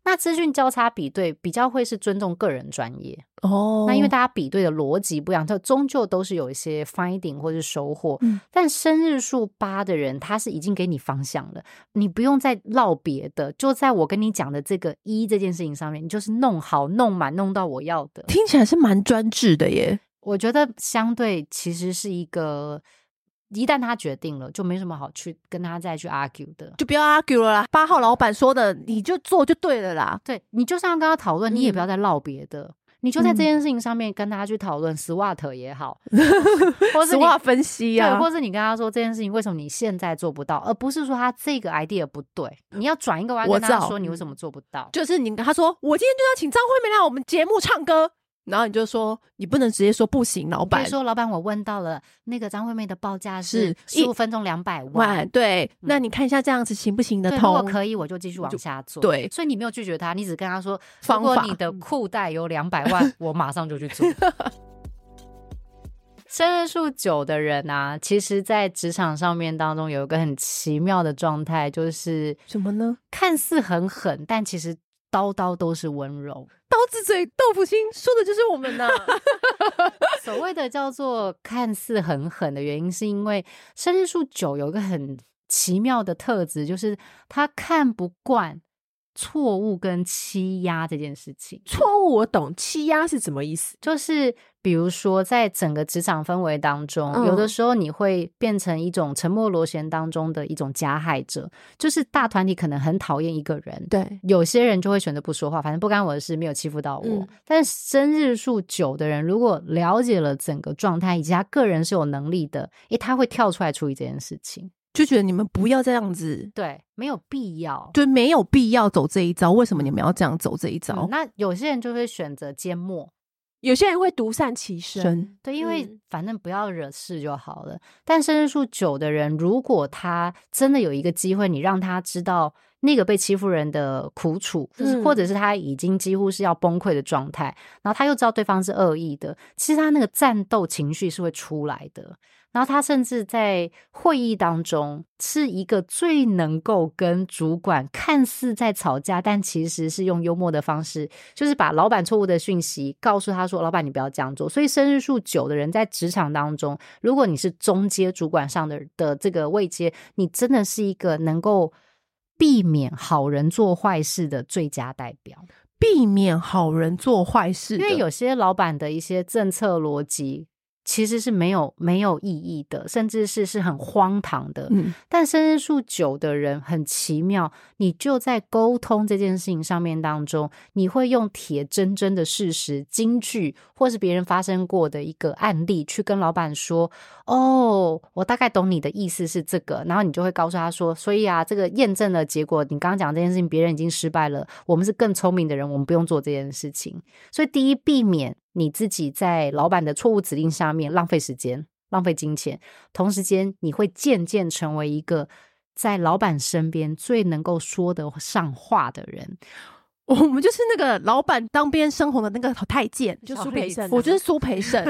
那资讯交叉比对比较会是尊重个人专业，
哦
那因为大家比对的逻辑不一样，它终究都是有一些 finding 或是收获。
嗯
但生日数八的人，他是已经给你方向了，你不用再绕别的，就在我跟你讲的这个一这件事情上面，你就是弄好、弄满、弄到我要的。
听起来是蛮专制的耶。
我觉得相对其实是一个，一旦他决定了，就没什么好去跟他再去 argue 的。
就不要 argue 了啦，八号老板说的，你就做就对了啦。
对你就算要跟他讨论，你也
嗯
不要再绕别的。你就在这
嗯
件事情上面跟他去讨论 SWOT
*laughs*
也好，或是
实
你
话分析
对，
啊，
或是你跟他说这件事情为什么你现在做不到，而不是说他这个 idea 不对，你要转一个弯
我
跟他
知道嗯
说你为什么做不到。
就是你跟他说，我今天就要请张惠妹来我们节目唱歌，然后你就说，你不能直接说不行，老
比
板
如。说，老板，我问到了那个张惠妹的报价是
是一
十五分钟两百
哇，
万，
对，那你看一下这样子行不行的
嗯对，如果
通？
可以我就继续往
就
下做。
对
所以你没有拒绝他，你只跟他说，如
方
果
法嗯 *laughs*
你的裤袋有两百万，我马上就去做。生日数九的人啊，其实，在职场上面当中有一个很奇妙的状态，就是
什么呢？
看似很狠，但其实刀刀都是温柔。
刀子嘴豆腐心，说的就是我们呐、 *laughs*
所谓的叫做看似很狠的原因，是因为生日数九有一个很奇妙的特质，就是他看不惯错误跟欺压这件事情。
错误我懂，欺压是什么意思？
就是比如说，在整个职场氛围当中，有的
嗯
时候你会变成一种沉默螺旋当中的一种加害者，就是大团体可能很讨厌一个人。
对，
有些人就会选择不说话，反正不干我的事，没有欺负到我。
嗯
但生日数九的人，如果了解了整个状态，以及他个人是有能力的，诶，他会跳出来处理这件事情。
就觉得你们不要这样子，
对，没有必要。
就没有必要走这一招。为什么你们要这样走这一招
嗯？那有些人就会选择缄默，
有些人会独善其身，
真
对，因为
嗯
反正不要惹事就好了。但生日数九的人，如果他真的有一个机会，你让他知道那个被欺负人的苦楚，
嗯
或者是他已经几乎是要崩溃的状态，然后他又知道对方是恶意的，其实他那个战斗情绪是会出来的。然后他甚至在会议当中是一个最能够跟主管看似在吵架，但其实是用幽默的方式，就是把老板错误的讯息告诉他说：“老板，你不要这样做。”所以生日数九的人在职场当中，如果你是中阶主管上的的这个位阶，你真的是一个能够避免好人做坏事的最佳代表。
避免好人做坏事
因
的，
为有些老板的一些政策逻辑其实是没有没有意义的，甚至是是很荒唐的。 *laughs*
嗯，
但生日数九的人很奇妙，你就在沟通这件事情上面当中，你会用铁铮铮的事实、金句，或是别人发生过的一个案例，去跟老板说：“哦，我大概懂你的意思是这个。”然后你就会告诉他说：“所以啊，这个验证了结果，你刚刚讲这件事情，别人已经失败了，我们是更聪明的人，我们不用做这件事情。”所以，第一，避免你自己在老板的错误指令下面浪费时间、浪费金钱。同时间，你会渐渐成为一个在老板身边最能够说得上话的人。
我们就是那个老板当边生红的那个太监，
就
小
苏
李
培盛啊
我就是苏培
*laughs*
盛。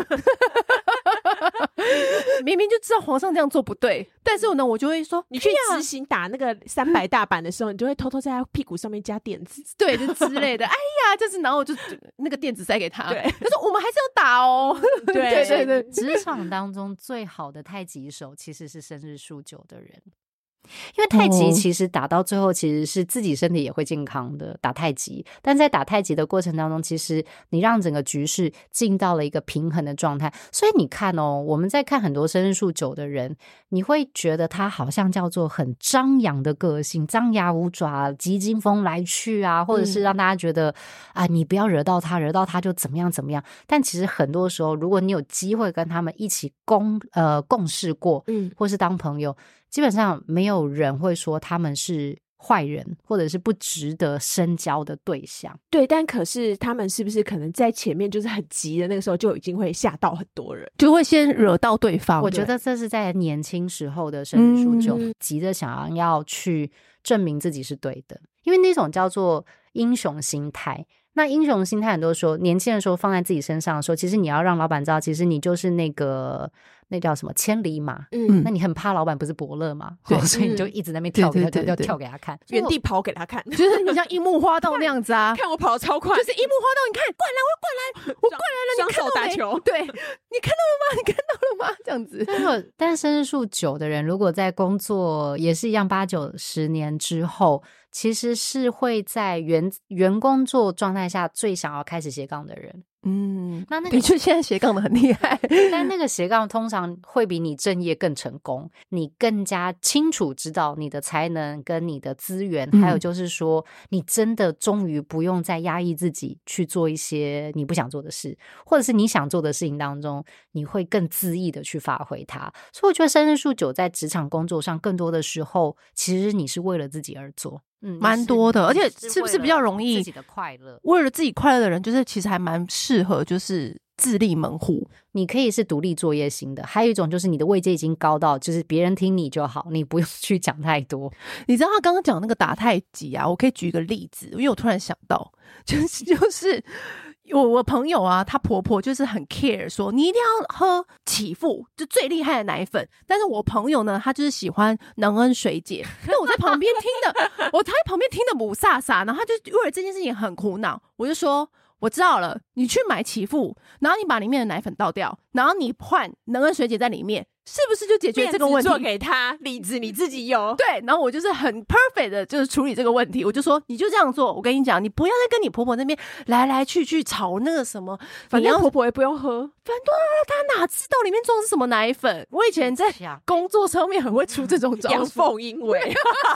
明明就知道皇上这样做不对，但是呢，我就会说
你去
哎呀
执行打那个三百大板的时候，你就会偷偷在他屁股上面加点子。
对，就之类的。哎 *laughs* 呀，就是，然后我就那个电子塞给他，
对
他说我们还是要打哦。
对
对对，
职场当中最好的太极手其实是生日数九的人，因为太极
哦
其实打到最后其实是自己身体也会健康的打太极，但在打太极的过程当中，其实你让整个局势进到了一个平衡的状态。所以你看哦，我们在看很多生日数九的人，你会觉得他好像叫做很张扬的个性，张牙舞爪，急惊风来去啊，或者是
嗯
让大家觉得啊、你不要惹到他，惹到他就怎么样怎么样。但其实很多时候，如果你有机会跟他们一起共呃共事过，
嗯，
或是当朋友，基本上没有人会说他们是坏人，或者是不值得深交的对象。
对，但可是他们是不是可能在前面就是很急的那个时候就已经会吓到很多人？
就会先惹到哦对方。
我觉得这是在年轻时候的生日数九，
嗯
急着想要去证明自己是对的，因为那种叫做英雄心态。那英雄心态很多时候，年轻的时候放在自己身上的时候，其实你要让老板知道，其实你就是那个那叫什么千里马。
嗯
那你很怕老板不是伯乐嘛，
对
哦 *laughs* 所以你就
嗯
一直在那边
对
跳给
对
他跳
对
跳
对
跳给他看，
原地跑给他看，
对就是你像樱木花道那样子啊，
*laughs* 看我跑的超快，
就是樱木花道，你看灌篮，我灌篮，我灌篮了，你
双
看
手
到
打
没
球
对你看到了吗？ *laughs* 你看到了吗？这样子，
但如果但生日数九的人，如果在工作也是一样八九十年之后，其实是会在原原工作状态下最想要开始斜杠的人。
嗯，
那那个
的确现在斜杠的很厉害， *laughs*
但那个斜杠通常会比你正业更成功，你更加清楚知道你的才能跟你的资源，还有
嗯
就是说，你真的终于不用再压抑自己去做一些你不想做的事，或者是你想做的事情当中，你会更恣意的去发挥它。所以我觉得生日数九在职场工作上，更多的时候其实你是为了自己而做，嗯，你
蛮
是
多的而
你
且是不
为
是比较
了
容易
自己的快乐？
为了自己快乐的人，就是其实还蛮适合，就是自立门户。
你可以是独立作业型的，还有一种就是你的位阶已经高到，就是别人听你就好，你不用 *laughs* 去讲太多。
你知道他刚刚讲那个打太极啊，我可以举一个例子，因为我突然想到， *laughs* 就是就是我我朋友啊，她婆婆就是很 care 说你一定要喝起伏，就最厉害的奶粉。但是我朋友呢，他就是喜欢能恩水姐，那我在旁边听的，我他在旁边听的母萨萨，然后他就为了这件事情很苦恼。我就说我知道了，你去买起伏，然后你把里面的奶粉倒掉，然后你换能恩水姐在里面，是不是就解决
面
这
子
个问题？
做给他，里子你自己有。
对，然后我就是很 perfect 的，就是处理这个问题。我就说，你就这样做。我跟你讲，你不要再跟你婆婆那边来来去去吵那个什么。
反
你要
正婆婆也不用喝，
她哪知道里面装的是什么奶粉？我以前在
啊
想
工作上面很会出这种招
阳
数，
奉阴违。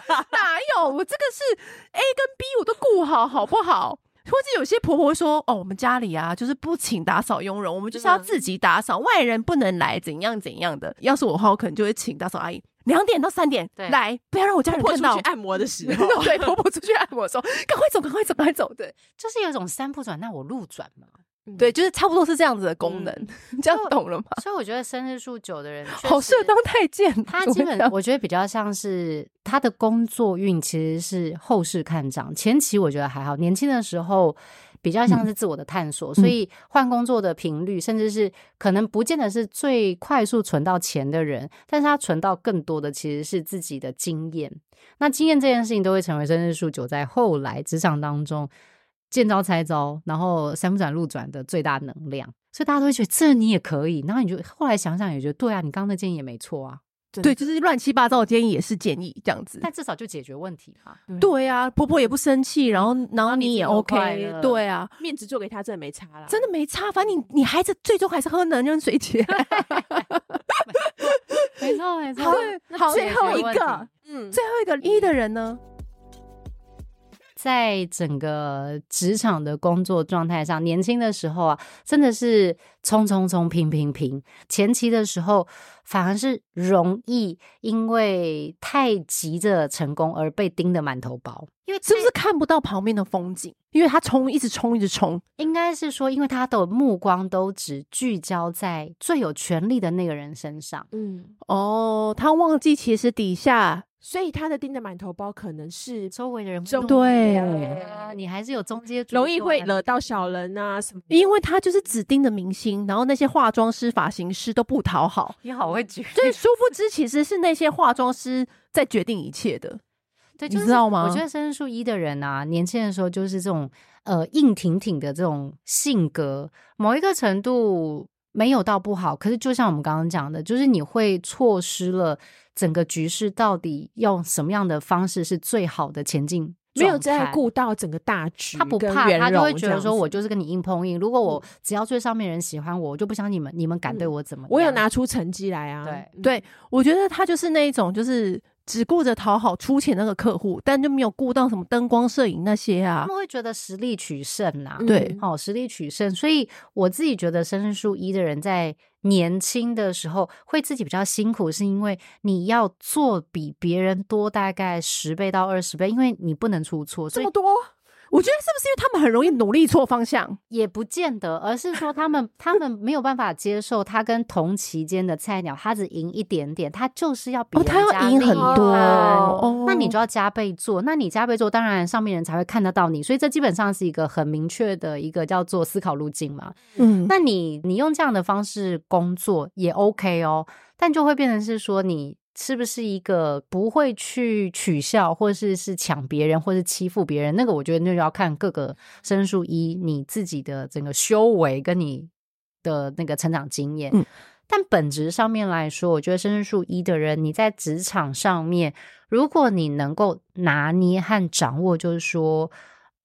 哪有？我这个是 A 跟 B 我都顾好，好不好？或者有些婆婆会说：“哦，我们家里啊，就是不请打扫佣人，我们就是要
嗯
自己打扫，外人不能来，怎样怎样的。”要是我的话，我可能就会请打扫阿姨两点到三点
对
来，不要让我家人
婆
看
出
到
去。按摩
*laughs*
的时候，
对，婆婆出去按摩说：“赶快走，赶快走，赶快走。”对，
就是有一种山不转，那我路转 *laughs* 嘛。嗯
对，就是差不多是这样子的功能，这样懂了吗？
所以我觉得生日数久的人，
好适合当太监哦，
他
怎
基
么
本
样
我觉得比较像是他的工作运其实是后世看涨，前期我觉得还好，年轻的时候。比较
嗯
像是自我的探索，所以换工作的频率，甚至是可能不见得是最快速存到钱的人，但是他存到更多的其实是自己的经验。那经验这件事情都会成为生日数九在后来职场当中见招拆招，然后三不转路转的最大能量，所以大家都会觉得这你也可以。然后你就后来想想也觉得对啊，你刚刚那建议也没错啊，
对，就是乱七八糟的建议也是建议这样子。
但至少就解决问题嘛。
对啊，婆婆也不生气，然后然后
你自
你
己
也
又
OK，
快乐
对啊，
面子做给他真的没差啦，
真的没差。反正你你孩子最终还是喝能人水
*laughs*
解，
没错没错
好
那
好
解
最
决
后一
问题
个，嗯，
最后一个一的人呢？
在整个职场的工作状态上，年轻的时候啊，真的是冲冲冲、拼拼拼。前期的时候，反而是容易因为太急着成功而被盯得满头包。因为
是不是看不到旁边的风景？因为他冲，一直冲，一直冲。
应该是说，因为他的目光都只聚焦在最有权力的那个人身上。
嗯，
哦，他忘记其实底下
所以他的盯得满头包可能是
周围的人会
中
弄你
对
啊，你还是有中间啊
容易会惹到小人啊什么的。
因为他就是指定的明星，然后那些化妆师、发型师都不讨好。
你好会举
所以殊不知，其实是那些化妆师在决定一切的。
对，
你
就是
知道吗
我觉得生日数一的人啊，年轻的时候就是这种呃硬挺挺的这种性格，某一个程度没有到不好，可是就像我们刚刚讲的，就是你会错失了整个局势到底用什么样的方式是最好的前进。
没有在，顾到整个大局，
他不怕，他就会觉得说，我就是跟你硬碰硬。如果我只要最上面人喜欢我，我就不想你们，你们敢对
嗯
我怎么样？
我有拿出成绩来啊，
对
嗯，
对我觉得他就是那一种，就是只顾着讨好出钱那个客户，但就没有顾到什么灯光摄影那些
他
啊。
们会觉得实力取胜呐、
嗯
对
哦，实力取胜。所以我自己觉得生日数一的人在年轻的时候会自己比较辛苦，是因为你要做比别人多大概十倍到二十倍，因为你不能出错，所
这
以
么多，
我觉得是不是因为他们很容易努力错方向？
也不见得，而是说他们他们没有办法接受他跟同期间的菜鸟，他只赢一点点，他就是要比
哦，
人
他
家
要赢
厉
很多
害
哦，
那你就要加倍做，那你加倍做，当然上面人才会看得到你，所以这基本上是一个很明确的一个叫做思考路径嘛。
嗯，
那你你用这样的方式工作也 OK 哦，但就会变成是说你是不是一个不会去取笑，或是是抢别人，或是欺负别人？那个我觉得那就要看各个申述一你自己的整个修为跟你的那个成长经验。
嗯
但本质上面来说，我觉得生日数一的人，你在职场上面，如果你能够拿捏和掌握，就是说，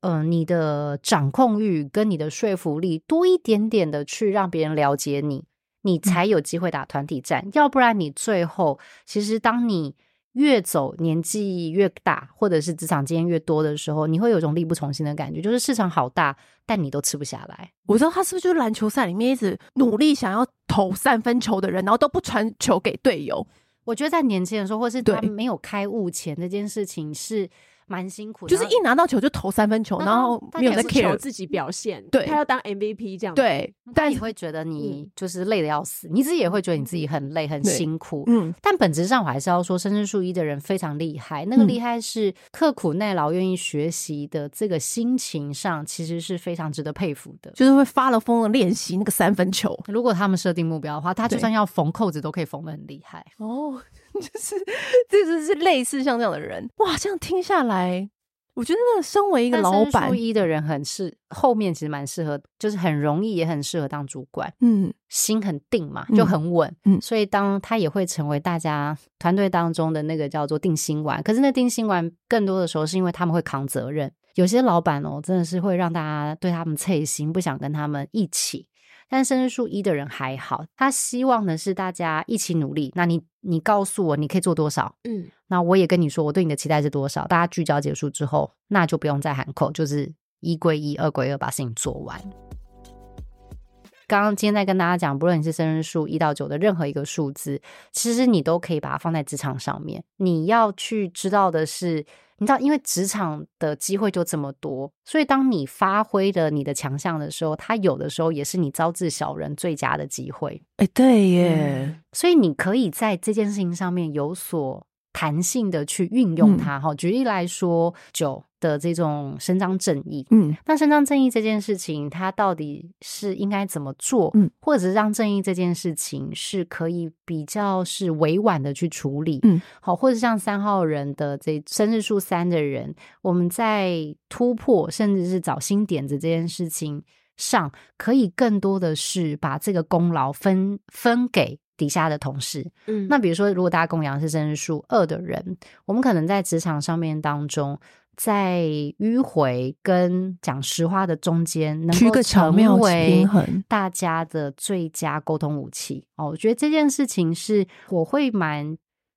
呃，你的掌控欲跟你的说服力多一点点的去让别人了解你，你
嗯
才有机会打团体战。要不然，你最后其实当你越走年纪越大，或者是职场经验越多的时候，你会有一种力不从心的感觉，就是市场好大，但你都吃不下来。
我知道他是不是就是篮球赛里面一直努力想要投三分球的人，然后都不传球给队友。
我觉得在年轻的时候，或是
对
他没有开悟前，这件事情是蛮辛苦的，
就是一拿到球就投三分球，
那
然后
大
没有
家
在
是求
care，
自己表现，
对
他要当 MVP 这样。，
对，但嗯
你会觉得你就是累的要死，你自己也会觉得你自己很累很
对
辛苦。
嗯，
但本质上，我还是要说，深深数一的人非常厉害。那个
嗯
厉害是刻苦耐劳、愿意学习的这个心情上，其实是非常值得佩服的。
就是会发了疯的练习那个三分球。
如果他们设定目标的话，他就
对
算要缝扣子都可以缝得很厉害。
哦， *laughs* 就是这就是类似像这样的人，哇，这样听下来，我觉得那身为一
一
个老板
初，一的人很适，后面其实蛮适合，就是很容易也很适合当主管，
嗯，
心很定嘛，
嗯
就很稳。
嗯
所以当他也会成为大家团队当中的那个叫做定心丸。可是那定心丸更多的时候是因为他们会扛责任，有些老板哦真的是会让大家对他们脆心，不想跟他们一起。但生日数一的人还好，他希望的是大家一起努力。那你你告诉我你可以做多少，
嗯，
那我也跟你说，我对你的期待是多少？大家聚焦结束之后，那就不用再喊扣，就是一归一，二归二，把事情做完。刚刚今天在跟大家讲，不论你是生日数一到九的任何一个数字，其实你都可以把它放在职场上面。你要去知道的是，你知道，因为职场的机会就这么多，所以当你发挥了你的强项的时候，它有的时候也是你招致小人最佳的机会。
哎、对耶，
嗯
所以你可以在这件事情上面有所弹性的去运用它。哈、举例来说，酒的这种伸张正义。
嗯
那伸张正义这件事情，它到底是应该怎么做？
嗯，
或者是让正义这件事情是可以比较是委婉的去处理。
嗯，
好，或者像三号人的这生日数三的人，我们在突破甚至是找新点子这件事情上，可以更多的是把这个功劳分分给底下的同事。
嗯，
那比如说，如果大家供养是生日数二的人，我们可能在职场上面当中，在迂回跟讲实话的中间，能
取一
够
个巧
成
妙
为
平衡。
大家的最佳沟通武器哦。我觉得这件事情是我会蛮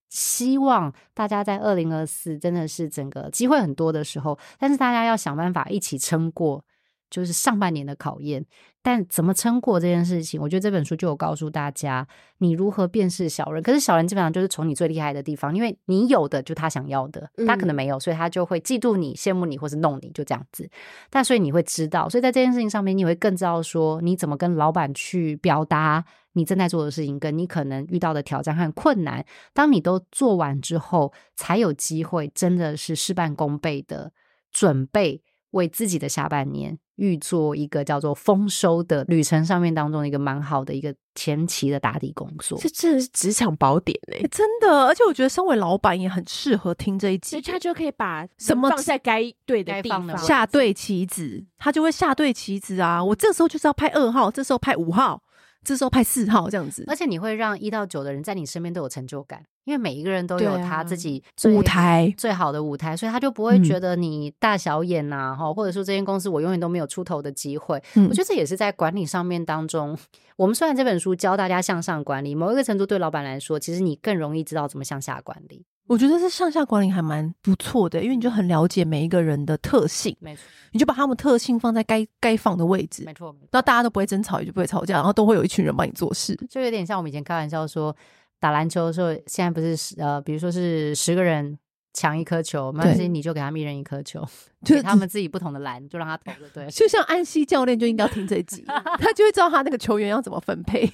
希望大家在二零二四真的是整个机会很多的时候，但是大家要想办法一起撑过。就是上半年的考验，但怎么撑过这件事情，我觉得这本书就有告诉大家，你如何辨识小人。可是小人基本上就是从你最厉害的地方，因为你有的就他想要的，他可
嗯
能没有，所以他就会嫉妒你、羡慕你或是弄你，就这样子。但所以你会知道，所以在这件事情上面，你会更知道说你怎么跟老板去表达你正在做的事情，跟你可能遇到的挑战和困难。当你都做完之后，才有机会真的是事半功倍的准备，为自己的下半年预做一个叫做丰收的旅程上面当中的一个蛮好的一个前期的打底工作
这。真的是职场宝典呢、
哎真的，而且我觉得身为老板也很适合听这一
所以
集，
他就可以把
什么
放在该对的
该
地
放的
方
位置
下对棋子，他就会下对棋子啊。我这时候就是要派二号，这时候派五号，这时候派四号这样子
而。且你会让一到九的人在你身边都有成就感，因为每一个人都
对
有
啊
他自己最
舞台，
最好的舞台，所以他就不会
嗯
觉得你大小眼呐、哈、或者说这间公司我永远都没有出头的机会。
嗯
我觉得这也是在管理上面当中，我们虽然这本书教大家向上管理，某一个程度对老板来说，其实你更容易知道怎么向下管理。
我觉得是上下管理还蛮不错的，因为你就很了解每一个人的特性，
没错，
你就把他们特性放在该该放的位置
没，错，没错
那大家都不会争吵，也就不会吵架，然后都会有一群人帮你做事。
就有点像我们以前开玩笑说，打篮球的时候，现在不是十呃，比如说是十个人。抢一颗球，没关系，
对
你就给他们一人一颗球，
就
给他们自己不同的篮，就让他投就对了。
就像安西教练就应该要听这一
*laughs*
集，他就会知道他那个球员要怎么分配，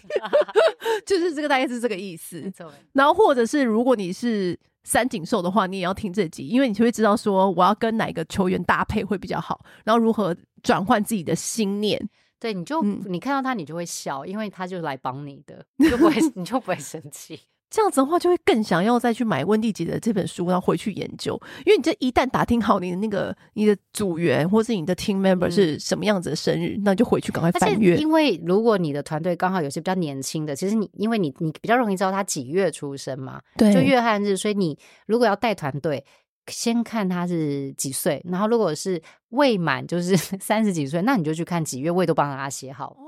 就是这个大概是这个意
没
思。
错，没错
然后或者是如果你是三井寿的话，你也要听这集，因为你就会知道说我要跟哪个球员搭配会比较好，然后如何转换自己的心念。
对，你就、
嗯
你看到他，你就会笑，因为他就是来帮你 *laughs* 的，就不会你就不会生气。
这样子的话，就会更想要再去买温蒂姐的这本书，然后回去研究。因为你这一旦打听好你的那个你的组员或是你的 team member
嗯
是什么样子的生日，那你就回去赶快
而且
翻阅。
因为如果你的团队刚好有些比较年轻的，其实你因为你你比较容易知道他几月出生嘛，
对
就约翰日，所以你如果要带团队。先看他是几岁，然后如果是未满，就是三十几岁，那你就去看几月，我也都帮他写好。
哦，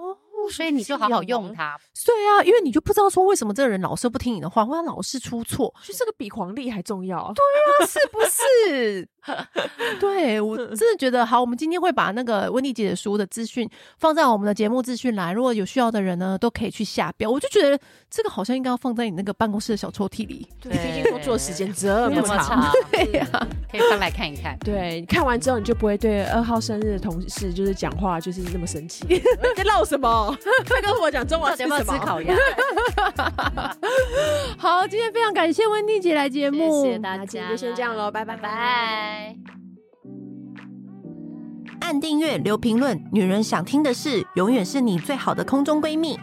所以你就好好用它。
对啊，因为你就不知道说为什么这个人老是不听你的话，或者他老是出错，
就这个比黄历还重要。
啊， *laughs* 是不是？ *laughs* 对我真的觉得好，我们今天会把那个温蒂姐的书的资讯放在我们的节目资讯栏，如果有需要的人呢，都可以去下标。我就觉得这个好像应该要放在你那个办公室的小抽屉里。
对，毕竟工作时间这
这
么
么
长。
长，对呀、可以翻来看一看。
对，你看完之后你就不会对二号生日的同事就是讲话就是那么生 *laughs* 气。你在唠什么？ *laughs* 快跟我讲中文
到底
是
要
什
不
么
要？吃烤鸭？
好，今天非常感谢温蒂姐来节目，
谢谢大
那今
家
天
啦，
就先这样咯拜拜
拜拜。
按订阅留评论，女人想听的事，永远是你最好的空中闺蜜。